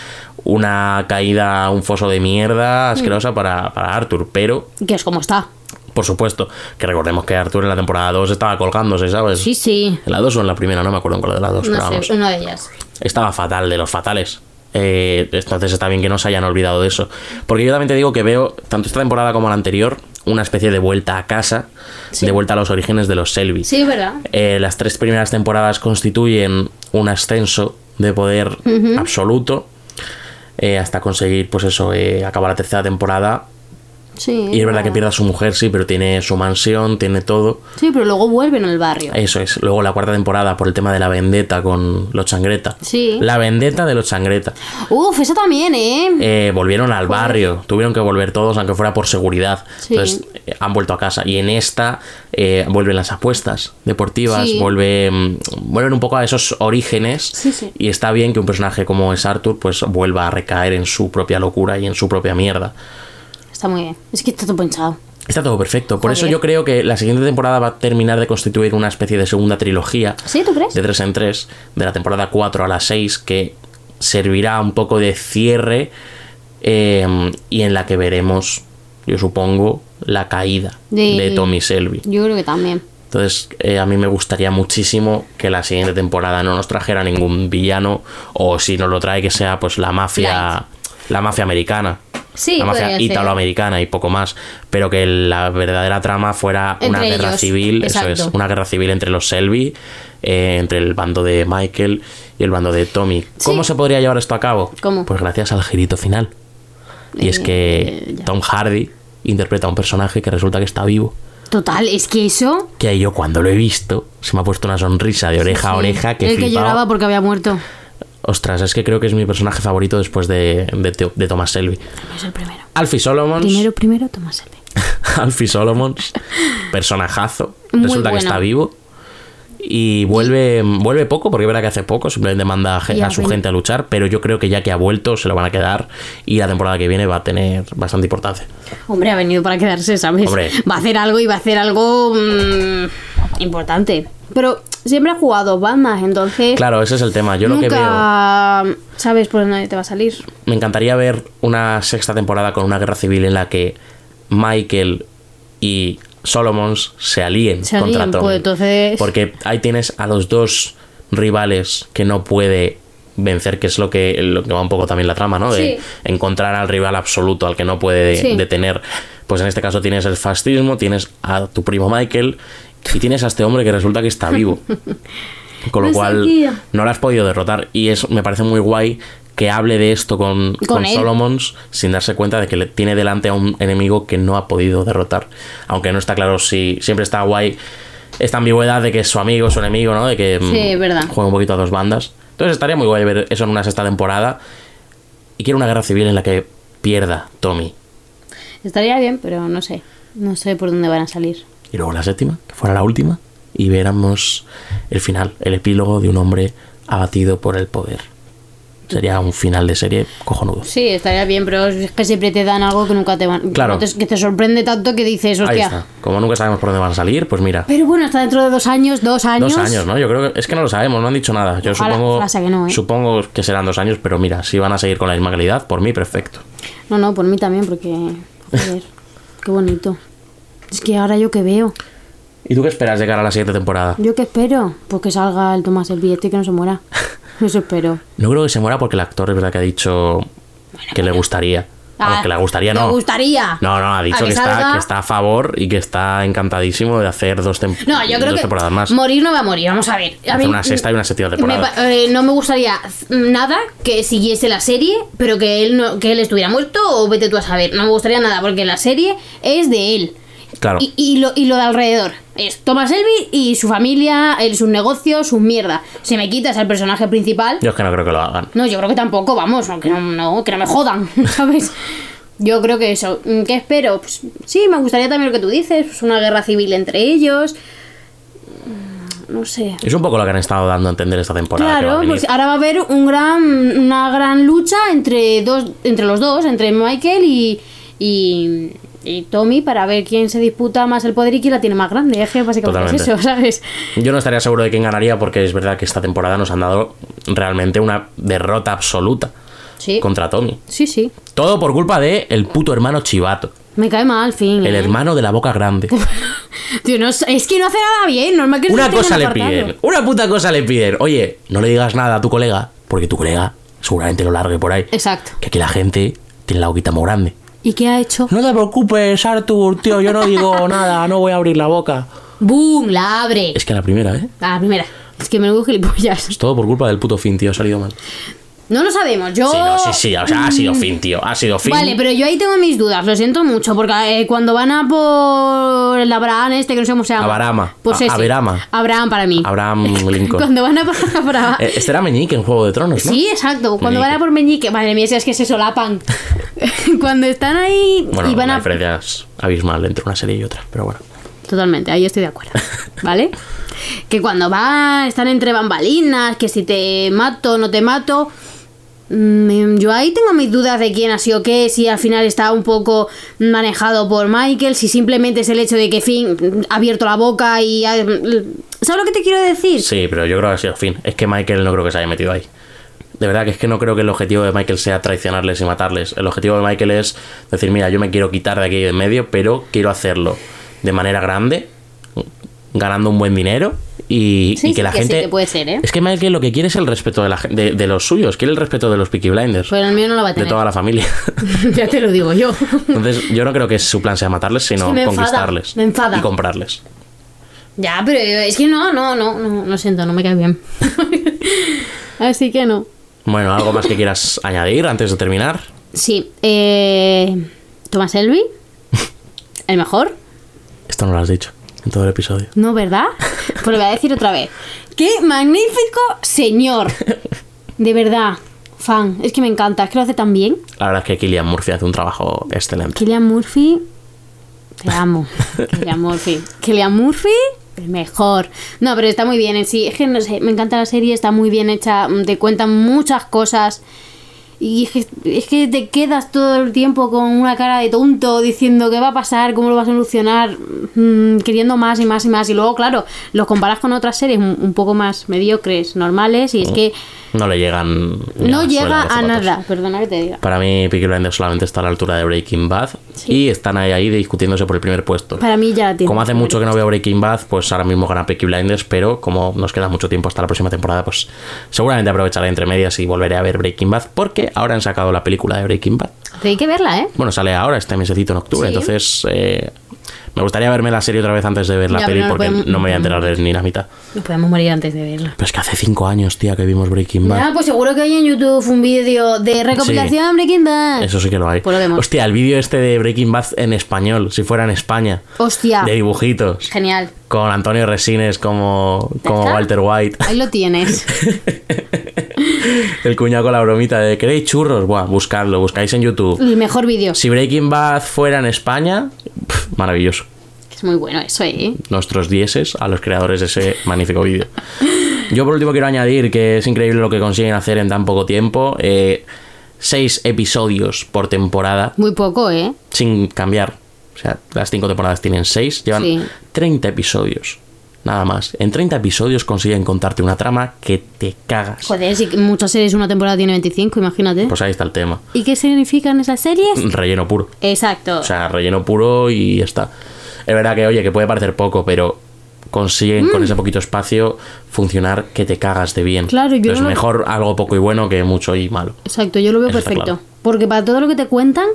[SPEAKER 1] una caída a un foso de mierda asquerosa para, para Arthur. Pero,
[SPEAKER 2] Que es como está.
[SPEAKER 1] por supuesto, que recordemos que Arthur en la temporada 2 estaba colgándose, ¿sabes?
[SPEAKER 2] Sí, sí.
[SPEAKER 1] ¿En la 2 o en la primera? No me acuerdo en cuál de las dos, pero
[SPEAKER 2] No
[SPEAKER 1] vamos.
[SPEAKER 2] sé, una de ellas.
[SPEAKER 1] Estaba fatal, de los fatales. Eh, entonces está bien que no se hayan olvidado de eso. Porque yo también te digo que veo, tanto esta temporada como la anterior, una especie de vuelta a casa,
[SPEAKER 2] Sí.
[SPEAKER 1] de vuelta a los orígenes de los Selby.
[SPEAKER 2] Sí, es verdad.
[SPEAKER 1] Eh, las tres primeras temporadas constituyen un ascenso de poder absoluto eh, hasta conseguir, pues eso, eh, acabar la tercera temporada.
[SPEAKER 2] Sí.
[SPEAKER 1] Y es verdad que pierde a su mujer, sí, pero tiene su mansión, tiene todo.
[SPEAKER 2] Sí, pero luego vuelven al barrio.
[SPEAKER 1] Eso es. Luego la cuarta temporada por el tema de la vendetta con los changreta.
[SPEAKER 2] Sí.
[SPEAKER 1] La vendetta de los changreta.
[SPEAKER 2] Uf, eso también, ¿eh?
[SPEAKER 1] Eh, volvieron al barrio, tuvieron que volver todos, aunque fuera por seguridad.
[SPEAKER 2] Sí.
[SPEAKER 1] Entonces eh, han vuelto a casa. Y en esta eh, vuelven las apuestas deportivas,
[SPEAKER 2] Sí.
[SPEAKER 1] vuelve, mm, vuelven un poco a esos orígenes.
[SPEAKER 2] Sí, sí.
[SPEAKER 1] Y está bien que un personaje como es Arthur, pues vuelva a recaer en su propia locura y en su propia mierda.
[SPEAKER 2] Está muy bien. Es que está todo pensado.
[SPEAKER 1] Está todo perfecto. Por eso
[SPEAKER 2] Joder.
[SPEAKER 1] yo creo que la siguiente temporada va a terminar de constituir una especie de segunda trilogía
[SPEAKER 2] ¿Sí, tú crees?
[SPEAKER 1] de 3 en 3, de la temporada 4 a la 6, que servirá un poco de cierre eh, y en la que veremos, yo supongo, la caída
[SPEAKER 2] De-
[SPEAKER 1] de, Tommy Selby.
[SPEAKER 2] Yo creo que también.
[SPEAKER 1] Entonces, eh, a mí me gustaría muchísimo que la siguiente temporada no nos trajera ningún villano, o si nos lo trae, que sea pues la mafia. La mafia americana.
[SPEAKER 2] Sí,
[SPEAKER 1] la mafia
[SPEAKER 2] podría ser.
[SPEAKER 1] italoamericana y poco más. Pero que la verdadera trama fuera una
[SPEAKER 2] Entre
[SPEAKER 1] guerra
[SPEAKER 2] ellos,
[SPEAKER 1] civil. Eso
[SPEAKER 2] exacto.
[SPEAKER 1] es, una guerra civil entre los Selby, eh, entre el bando de Michael y el bando de Tommy. ¿Cómo se podría llevar esto a cabo?
[SPEAKER 2] ¿Cómo? Eh,
[SPEAKER 1] Pues gracias al girito final. Y es que Tom Hardy interpreta a un personaje que resulta que está vivo
[SPEAKER 2] Total, es que eso.
[SPEAKER 1] que ahí yo cuando lo he visto se me ha puesto una sonrisa de oreja a
[SPEAKER 2] sí.
[SPEAKER 1] oreja que,
[SPEAKER 2] El que
[SPEAKER 1] flipao.
[SPEAKER 2] lloraba porque había muerto.
[SPEAKER 1] Ostras, es que creo que es mi personaje favorito después de, de, Teo- de Thomas Selby.
[SPEAKER 2] Es el primero.
[SPEAKER 1] Alfie Solomons.
[SPEAKER 2] Primero, primero, Tomás el B.
[SPEAKER 1] Alfie Solomons. Personajazo.
[SPEAKER 2] Muy
[SPEAKER 1] resulta
[SPEAKER 2] bueno.
[SPEAKER 1] que está vivo. Y vuelve, vuelve poco, porque es verdad que hace poco, simplemente manda a, ge-
[SPEAKER 2] Ya,
[SPEAKER 1] a su
[SPEAKER 2] bueno.
[SPEAKER 1] gente a luchar, pero yo creo que ya que ha vuelto se lo van a quedar y la temporada que viene va a tener bastante importancia.
[SPEAKER 2] Hombre, ha venido para quedarse, ¿sabes?
[SPEAKER 1] Hombre.
[SPEAKER 2] Va a hacer algo y va a hacer algo mm, importante. Pero siempre ha jugado bandas, entonces
[SPEAKER 1] Claro, ese es el tema. Yo lo que veo...
[SPEAKER 2] nunca sabes por dónde te va a salir.
[SPEAKER 1] me encantaría ver una sexta temporada con una guerra civil en la que Michael y Solomons se alíen
[SPEAKER 2] Se
[SPEAKER 1] contra
[SPEAKER 2] alíen,
[SPEAKER 1] Tommy.
[SPEAKER 2] pues, entonces-
[SPEAKER 1] Porque ahí tienes a los dos rivales que no puede vencer, que es lo que, lo que va un poco también la trama, ¿no? De
[SPEAKER 2] Sí.
[SPEAKER 1] encontrar al rival absoluto, al que no puede
[SPEAKER 2] Sí.
[SPEAKER 1] detener. Pues en este caso tienes el fascismo, tienes a tu primo Michael y tienes a este hombre que resulta que está vivo. Con lo
[SPEAKER 2] No
[SPEAKER 1] cual
[SPEAKER 2] sabía.
[SPEAKER 1] no la has podido derrotar. Y es, me parece muy guay que hable de esto con,
[SPEAKER 2] Con
[SPEAKER 1] con
[SPEAKER 2] él.
[SPEAKER 1] Solomons sin darse cuenta de que le tiene delante a un enemigo que no ha podido derrotar. Aunque no está claro si siempre está guay esta ambigüedad de que es su amigo, su enemigo, ¿no? De que mm,
[SPEAKER 2] Sí, es verdad.
[SPEAKER 1] juega un poquito a dos bandas. Entonces Entonces estaría muy guay ver eso en una sexta temporada. Y quiero una guerra civil en la que pierda Tommy.
[SPEAKER 2] Estaría bien, pero no sé. No sé por dónde van a salir.
[SPEAKER 1] Y luego la séptima, que fuera la última, y viéramos el final, el epílogo de un hombre abatido por el poder. Sería un final de serie cojonudo.
[SPEAKER 2] Sí, estaría bien, pero es que siempre te dan algo que nunca te van.
[SPEAKER 1] Claro.
[SPEAKER 2] Que te, que te sorprende tanto que dices,
[SPEAKER 1] Ahí
[SPEAKER 2] hostia.
[SPEAKER 1] está. Como nunca sabemos por dónde van a salir, pues mira.
[SPEAKER 2] Pero bueno, hasta dentro de dos años, dos años.
[SPEAKER 1] Dos años, ¿no? Yo creo que es que no lo sabemos, no han dicho nada. Yo
[SPEAKER 2] Ojalá-
[SPEAKER 1] supongo,
[SPEAKER 2] ojalá sea que no, ¿eh?
[SPEAKER 1] supongo que serán dos años, pero mira, si van a seguir con la misma calidad, por mí perfecto.
[SPEAKER 2] No, no, por mí también, porque. Joder, qué bonito. Es que ahora yo que veo.
[SPEAKER 1] ¿Y tú qué esperas de cara a la siguiente temporada?
[SPEAKER 2] Yo que espero. Pues que salga el Tomás el billete y que no se muera. Eso espero.
[SPEAKER 1] No creo que se muera porque el actor es verdad que ha dicho que le gustaría.
[SPEAKER 2] Ah,
[SPEAKER 1] Vamos, que le gustaría, no.
[SPEAKER 2] Me gustaría.
[SPEAKER 1] No, no, ha
[SPEAKER 2] A
[SPEAKER 1] dicho
[SPEAKER 2] que
[SPEAKER 1] que, está,
[SPEAKER 2] salga.
[SPEAKER 1] que está a favor y que está encantadísimo de hacer dos, tem-
[SPEAKER 2] No, yo creo
[SPEAKER 1] dos
[SPEAKER 2] que
[SPEAKER 1] temporadas más.
[SPEAKER 2] morir no va a morir, vamos a ver. A
[SPEAKER 1] Hacer una sexta y una séptima
[SPEAKER 2] me
[SPEAKER 1] temporada.
[SPEAKER 2] pa- eh, no me gustaría z- nada que siguiese la serie, pero que él no, que él estuviera muerto o vete tú a saber. No me gustaría nada, porque la serie es de él.
[SPEAKER 1] Claro.
[SPEAKER 2] Y, y lo, y lo de alrededor. Es Thomas Elby y su familia, el- sus negocios, sus mierda. Si me quitas al personaje principal.
[SPEAKER 1] Yo es que no creo que lo hagan.
[SPEAKER 2] No, yo creo que tampoco, vamos, no, que no, no, que no me jodan, ¿sabes? Yo creo que eso. Mm, ¿Qué espero? Pues sí, me gustaría también lo que tú dices, pues una guerra civil entre ellos. Mm, No sé.
[SPEAKER 1] Es un poco lo que han estado dando a entender esta temporada. que va a
[SPEAKER 2] Claro,
[SPEAKER 1] venir.
[SPEAKER 2] pues ahora va a haber un gran, una gran lucha entre dos, entre los dos, entre Michael y, y, y Tommy, para ver quién se disputa más el poder y quién la tiene más grande. Es que básicamente
[SPEAKER 1] Totalmente.
[SPEAKER 2] es eso, ¿sabes?
[SPEAKER 1] Yo no estaría seguro de quién ganaría porque es verdad que esta temporada nos han dado realmente una derrota absoluta
[SPEAKER 2] Sí,
[SPEAKER 1] contra Tommy.
[SPEAKER 2] sí, sí.
[SPEAKER 1] Todo por culpa de el puto hermano chivato.
[SPEAKER 2] Me cae mal, al fin.
[SPEAKER 1] El
[SPEAKER 2] ¿eh?
[SPEAKER 1] hermano de la boca grande.
[SPEAKER 2] Tío, no, sé- es que no hace nada bien, normal que no
[SPEAKER 1] Una
[SPEAKER 2] lo tengan
[SPEAKER 1] cosa le
[SPEAKER 2] apartado.
[SPEAKER 1] piden. Una puta cosa le piden. Oye, no le digas nada a tu colega porque tu colega seguramente lo largue por ahí.
[SPEAKER 2] Exacto.
[SPEAKER 1] Que aquí la gente tiene la boquita muy grande.
[SPEAKER 2] ¿Y qué ha hecho?
[SPEAKER 1] No te preocupes, Arthur, tío. Yo no digo nada. No voy a abrir la boca.
[SPEAKER 2] ¡Boom! La abre.
[SPEAKER 1] Es que la primera, ¿eh?
[SPEAKER 2] La primera. Es que menudo gilipollas.
[SPEAKER 1] Es todo por culpa del puto Finn, tío. Ha salido mal.
[SPEAKER 2] No lo sabemos, yo.
[SPEAKER 1] Sí, no, sí, sí. O sea, ha sido Finn, tío. Ha sido Finn.
[SPEAKER 2] Vale, pero yo ahí tengo mis dudas, lo siento mucho, porque eh, cuando van a por el Abraham este, que no sé cómo se llama.
[SPEAKER 1] Abarama.
[SPEAKER 2] Pues
[SPEAKER 1] A-
[SPEAKER 2] ese.
[SPEAKER 1] Averama.
[SPEAKER 2] Abraham para mí.
[SPEAKER 1] Abraham Lincoln.
[SPEAKER 2] Cuando van a por Abraham.
[SPEAKER 1] Eh, Este era Meñique en Juego de Tronos, ¿no?
[SPEAKER 2] Sí, exacto. Cuando van a por Meñique. Madre mía, si es que se solapan. cuando están ahí
[SPEAKER 1] Bueno,
[SPEAKER 2] y van
[SPEAKER 1] la
[SPEAKER 2] a.
[SPEAKER 1] diferencia es abismal entre una serie y otra, pero bueno.
[SPEAKER 2] Totalmente, ahí estoy de acuerdo. ¿Vale? que cuando va, están entre bambalinas, que si te mato, no te mato. Mm, Yo ahí tengo mis dudas de quién ha sido qué, si al final está un poco manejado por Michael, si simplemente es el hecho de que Finn ha abierto la boca y... ha- mm, ¿Sabes lo que te quiero decir?
[SPEAKER 1] Sí, pero yo creo que ha sido fin. Es que Michael no creo que se haya metido ahí. De verdad que es que no creo que el objetivo de Michael sea traicionarles y matarles. El objetivo de Michael es decir, mira, yo me quiero quitar de aquí en medio, pero quiero hacerlo de manera grande, ganando un buen dinero y,
[SPEAKER 2] Sí,
[SPEAKER 1] y que
[SPEAKER 2] sí,
[SPEAKER 1] la
[SPEAKER 2] que sí,
[SPEAKER 1] gente...
[SPEAKER 2] que puede ser, ¿eh?
[SPEAKER 1] Es que Michael lo que quiere es el respeto de, la, gen- de, de los suyos, quiere el respeto de los Peaky Blinders,
[SPEAKER 2] Pero Pues el mío no lo va a
[SPEAKER 1] de
[SPEAKER 2] tener.
[SPEAKER 1] toda la familia.
[SPEAKER 2] ya te lo digo yo.
[SPEAKER 1] Entonces yo no creo que su plan sea matarles, sino
[SPEAKER 2] que me enfada,
[SPEAKER 1] conquistarles
[SPEAKER 2] me enfada.
[SPEAKER 1] y comprarles.
[SPEAKER 2] ya, pero es que no, no, no, no, lo siento, no me cae bien. Así que no.
[SPEAKER 1] Bueno, algo más que quieras añadir antes de terminar.
[SPEAKER 2] Sí, eh, Thomas Elby, el mejor,
[SPEAKER 1] Esto no lo has dicho en todo el episodio.
[SPEAKER 2] ¿no, verdad? Pues lo voy a decir otra vez. ¡Qué magnífico señor! De verdad, fan, es que me encanta, es que lo hace tan bien.
[SPEAKER 1] La verdad es que Killian Murphy hace un trabajo excelente.
[SPEAKER 2] Killian Murphy, te amo. Killian Murphy, Killian Murphy, el mejor. No, pero está muy bien en sí, es que no sé, me encanta la serie, está muy bien hecha, mm, te cuentan muchas cosas. Y es que, es que te quedas todo el tiempo con una cara de tonto diciendo qué va a pasar, cómo lo vas a solucionar, mm, queriendo más y más y más. Y luego, claro, los comparas con otras series un un poco más mediocres, normales, y es que
[SPEAKER 1] No le llegan. ni a
[SPEAKER 2] no
[SPEAKER 1] la suela
[SPEAKER 2] llega
[SPEAKER 1] de Mm. los
[SPEAKER 2] a
[SPEAKER 1] zapatos.
[SPEAKER 2] nada. Perdona que te diga.
[SPEAKER 1] Para mí, Peaky Blinders solamente está a la altura de Breaking Bad y están ahí, ahí discutiéndose por el primer puesto.
[SPEAKER 2] Para mí ya la tiene.
[SPEAKER 1] Como hace mucho que no veo Breaking Bad, pues ahora mismo gana Peaky Blinders, pero como nos queda mucho tiempo hasta la próxima temporada, pues seguramente aprovecharé entre medias y volveré a ver Breaking Bad porque ahora han sacado la película de Breaking Bad.
[SPEAKER 2] Pero hay que verla, ¿eh?
[SPEAKER 1] Bueno, sale ahora este mesecito en octubre,
[SPEAKER 2] Sí.
[SPEAKER 1] entonces eh, me gustaría verme la serie otra vez antes de ver la
[SPEAKER 2] Ya,
[SPEAKER 1] peli
[SPEAKER 2] pero no
[SPEAKER 1] porque
[SPEAKER 2] podemos-
[SPEAKER 1] no me voy a enterar de ni la mitad.
[SPEAKER 2] Nos podemos morir antes de verla.
[SPEAKER 1] Pero es que hace cinco años, tía, que vimos Breaking Bad.
[SPEAKER 2] Ah, pues seguro que hay en YouTube un vídeo de recopilación Breaking Bad.
[SPEAKER 1] Eso sí que lo hay.
[SPEAKER 2] Pues lo vemos.
[SPEAKER 1] Hostia, el vídeo este de Breaking Bad en español, si fuera en España,
[SPEAKER 2] Hostia,
[SPEAKER 1] de dibujitos,
[SPEAKER 2] genial.
[SPEAKER 1] con Antonio Resines como, como
[SPEAKER 2] está?
[SPEAKER 1] Walter White.
[SPEAKER 2] Ahí lo tienes.
[SPEAKER 1] El cuñado con la bromita de ¿queréis churros? Buah, buscadlo, buscáis en YouTube.
[SPEAKER 2] El mejor vídeo.
[SPEAKER 1] Si Breaking Bad fuera en España, pf, maravilloso.
[SPEAKER 2] Es muy bueno eso, ¿eh?
[SPEAKER 1] Nuestros dieces a los creadores de ese magnífico vídeo. Yo por último quiero añadir que es increíble lo que consiguen hacer en tan poco tiempo. Eh, seis episodios por temporada
[SPEAKER 2] Muy poco, ¿eh?
[SPEAKER 1] sin cambiar. O sea, las cinco temporadas tienen seis, llevan
[SPEAKER 2] Sí.
[SPEAKER 1] 30 episodios. Nada más. En 30 episodios consiguen contarte una trama que te cagas.
[SPEAKER 2] Joder, si muchas series una temporada tiene 25, imagínate.
[SPEAKER 1] Pues ahí está el tema.
[SPEAKER 2] ¿Y qué significan esas series?
[SPEAKER 1] Relleno puro.
[SPEAKER 2] Exacto.
[SPEAKER 1] O sea, relleno puro y ya está. Es verdad que, oye, que puede parecer poco, pero consiguen
[SPEAKER 2] Mm.
[SPEAKER 1] con ese poquito espacio funcionar que te cagas de bien.
[SPEAKER 2] Claro, yo
[SPEAKER 1] Entonces,
[SPEAKER 2] no lo-
[SPEAKER 1] mejor algo poco y bueno que mucho y malo.
[SPEAKER 2] Exacto, yo lo veo
[SPEAKER 1] Eso está
[SPEAKER 2] perfecto.
[SPEAKER 1] claro.
[SPEAKER 2] Porque para todo lo que te cuentan,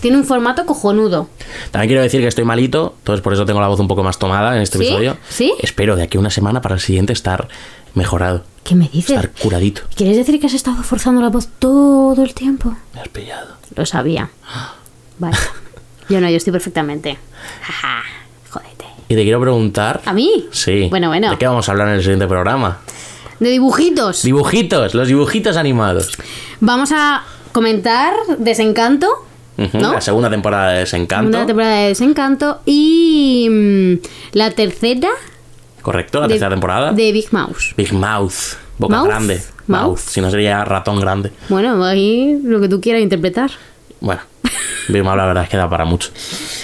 [SPEAKER 2] tiene un formato cojonudo.
[SPEAKER 1] También quiero decir que estoy malito, entonces por eso tengo la voz un poco más tomada en este
[SPEAKER 2] ¿Sí?
[SPEAKER 1] episodio.
[SPEAKER 2] ¿Sí?
[SPEAKER 1] Espero de aquí a una semana para el siguiente estar mejorado,
[SPEAKER 2] ¿Qué me dices?
[SPEAKER 1] estar curadito.
[SPEAKER 2] ¿Quieres decir que has estado forzando la voz todo el tiempo?
[SPEAKER 1] Me has pillado.
[SPEAKER 2] Lo sabía. Vale. Yo no, yo estoy perfectamente. Jaja, jódete.
[SPEAKER 1] Y te quiero preguntar.
[SPEAKER 2] ¿A mí?
[SPEAKER 1] Sí.
[SPEAKER 2] Ah. Bueno, bueno.
[SPEAKER 1] ¿De qué vamos a hablar en el siguiente programa?
[SPEAKER 2] De dibujitos.
[SPEAKER 1] Dibujitos, los dibujitos animados.
[SPEAKER 2] Vamos a comentar Desencanto,
[SPEAKER 1] Ujú,
[SPEAKER 2] ¿no?
[SPEAKER 1] La segunda temporada de Desencanto.
[SPEAKER 2] Segunda temporada de Desencanto y mm, la tercera
[SPEAKER 1] Correcto, la
[SPEAKER 2] de-
[SPEAKER 1] tercera temporada.
[SPEAKER 2] de Big Mouse.
[SPEAKER 1] Big Mouth. Boca
[SPEAKER 2] Mouth?
[SPEAKER 1] grande.
[SPEAKER 2] Mouth.
[SPEAKER 1] Mouth. Si no sería ratón grande.
[SPEAKER 2] Bueno, ahí lo que tú quieras interpretar.
[SPEAKER 1] Bueno, Big Mouth la verdad es que da para mucho.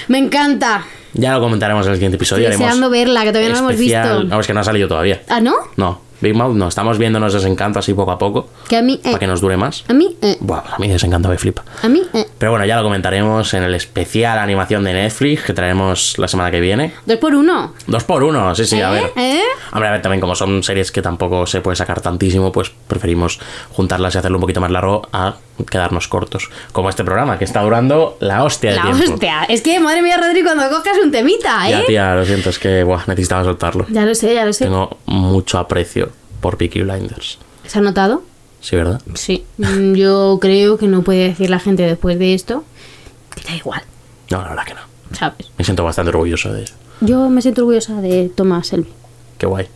[SPEAKER 2] Me encanta.
[SPEAKER 1] Ya lo comentaremos en el siguiente episodio.
[SPEAKER 2] Estoy deseando verla, que todavía no la hemos
[SPEAKER 1] especial-
[SPEAKER 2] visto.
[SPEAKER 1] No, es que no ha salido todavía.
[SPEAKER 2] Ah, ¿no?
[SPEAKER 1] No, Big Mouth no. Estamos viéndonos Desencanto así poco a poco.
[SPEAKER 2] Que a mí... eh,
[SPEAKER 1] Para que nos dure más.
[SPEAKER 2] a mí... eh,
[SPEAKER 1] Buah, a mí Desencanto me flipa.
[SPEAKER 2] a mí... eh.
[SPEAKER 1] Pero bueno, ya lo comentaremos en el especial animación de Netflix que traemos la semana que viene.
[SPEAKER 2] Dos por uno.
[SPEAKER 1] Dos por uno, sí, sí, a ver.
[SPEAKER 2] ¿Eh?
[SPEAKER 1] Hombre, a ver, también como son series que tampoco se puede sacar tantísimo, pues preferimos juntarlas y hacerlo un poquito más largo a quedarnos cortos. Como este programa, que está durando la hostia de
[SPEAKER 2] La
[SPEAKER 1] tiempo.
[SPEAKER 2] hostia. Es que, madre mía, Rodri, cuando cojas un temita, ¿eh?
[SPEAKER 1] Ya, tía, lo siento, es que buah, necesitaba soltarlo.
[SPEAKER 2] Ya lo sé, ya lo sé.
[SPEAKER 1] Tengo mucho aprecio por Peaky Blinders.
[SPEAKER 2] ¿Se ha notado?
[SPEAKER 1] Sí, ¿verdad?
[SPEAKER 2] Sí. Mm, Yo creo que no puede decir la gente después de esto que da igual,
[SPEAKER 1] No, la verdad que no.
[SPEAKER 2] ¿sabes?
[SPEAKER 1] Me siento bastante orgulloso de ello.
[SPEAKER 2] Yo me siento orgullosa de Thomas Selby.
[SPEAKER 1] Qué guay.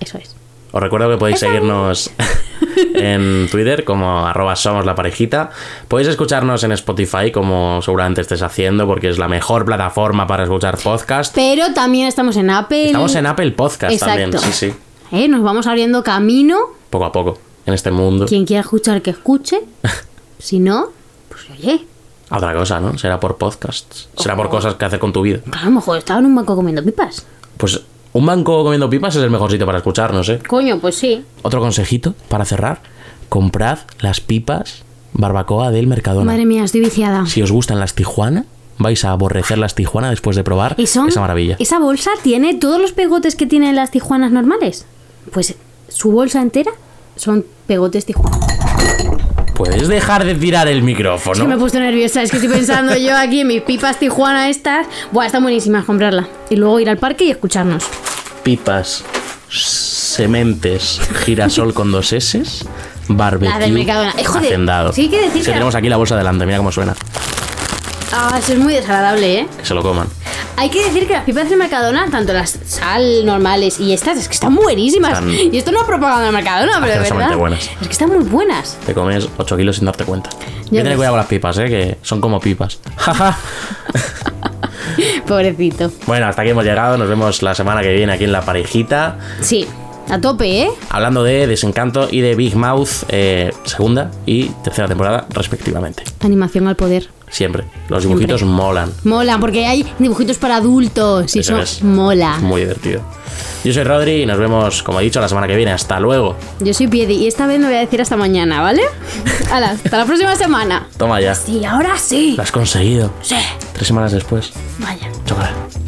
[SPEAKER 2] Eso es.
[SPEAKER 1] Os recuerdo que podéis seguirnos en Twitter como arroba somos la parejita. Podéis escucharnos en Spotify como seguramente estés haciendo porque es la mejor plataforma para escuchar podcast.
[SPEAKER 2] Pero también estamos en Apple.
[SPEAKER 1] Estamos en Apple Podcast también, sí, sí,
[SPEAKER 2] Eh, Nos vamos abriendo camino.
[SPEAKER 1] poco a poco en este mundo.
[SPEAKER 2] Quien quiera escuchar, que escuche. Si no, pues oye,
[SPEAKER 1] A Ah, Otra cosa, ¿no? Será por podcasts, será por cosas que hacer con tu vida.
[SPEAKER 2] a lo mejor estaba en un banco comiendo pipas.
[SPEAKER 1] Pues un banco comiendo pipas es el mejor sitio para escucharnos, ¿eh?
[SPEAKER 2] Coño, pues sí.
[SPEAKER 1] Otro consejito para cerrar, comprad las pipas barbacoa del Mercadona.
[SPEAKER 2] Madre mía, estoy viciada.
[SPEAKER 1] Si os gustan las Tijuana, vais a aborrecer las Tijuana después de probar
[SPEAKER 2] Y son-
[SPEAKER 1] esa maravilla.
[SPEAKER 2] Esa bolsa tiene todos los pegotes que tienen las tijuanas normales. Pues su bolsa entera son pegotes tijuana.
[SPEAKER 1] Pues Puedes dejar de tirar el
[SPEAKER 2] Es que me he
[SPEAKER 1] micrófono.
[SPEAKER 2] puesto nerviosa, es que estoy pensando yo aquí en mis pipas tijuana estas. Buah, están buenísimas comprarla. Y luego ir al parque y escucharnos.
[SPEAKER 1] Pipas, sementes, girasol con dos S,
[SPEAKER 2] La del
[SPEAKER 1] barbecue,
[SPEAKER 2] Mercadona. Eh, joder,
[SPEAKER 1] hacendado.
[SPEAKER 2] sí hay que decir
[SPEAKER 1] Es
[SPEAKER 2] que-
[SPEAKER 1] tenemos aquí la bolsa delante, mira cómo suena.
[SPEAKER 2] Ah, eso es muy desagradable, ¿eh?
[SPEAKER 1] Que se lo coman.
[SPEAKER 2] Hay que decir que las pipas del Mercadona, tanto las sal normales y estas, es que están buenísimas.
[SPEAKER 1] Están-
[SPEAKER 2] Y esto no es propaganda del Mercadona, pero de
[SPEAKER 1] Asquerosamente
[SPEAKER 2] verdad.
[SPEAKER 1] buenas.
[SPEAKER 2] Es que están muy buenas.
[SPEAKER 1] Te comes 8 kilos sin darte cuenta. Hay que tener
[SPEAKER 2] ves.
[SPEAKER 1] cuidado con las pipas, ¿eh? que son como pipas. Jaja.
[SPEAKER 2] Pobrecito.
[SPEAKER 1] bueno, hasta aquí hemos llegado. Nos vemos la semana que viene aquí en La Parejita.
[SPEAKER 2] Sí, a tope, ¿eh?
[SPEAKER 1] Hablando de Desencanto y de Big Mouth, eh, segunda y tercera temporada, respectivamente.
[SPEAKER 2] Animación al poder.
[SPEAKER 1] Siempre. Los dibujitos molan.
[SPEAKER 2] Mola, porque hay dibujitos para adultos. Y
[SPEAKER 1] Eso
[SPEAKER 2] eso,
[SPEAKER 1] es.
[SPEAKER 2] mola.
[SPEAKER 1] Es muy divertido. Yo soy Rodri y nos vemos, como he dicho, la semana que viene. Hasta luego.
[SPEAKER 2] Yo soy Piedi y esta vez no voy a decir hasta mañana, ¿vale? Hala, hasta la próxima semana.
[SPEAKER 1] Toma ya.
[SPEAKER 2] Sí, ahora sí.
[SPEAKER 1] Lo has conseguido.
[SPEAKER 2] Sí,
[SPEAKER 1] Tres semanas después.
[SPEAKER 2] vaya.
[SPEAKER 1] Chocolate.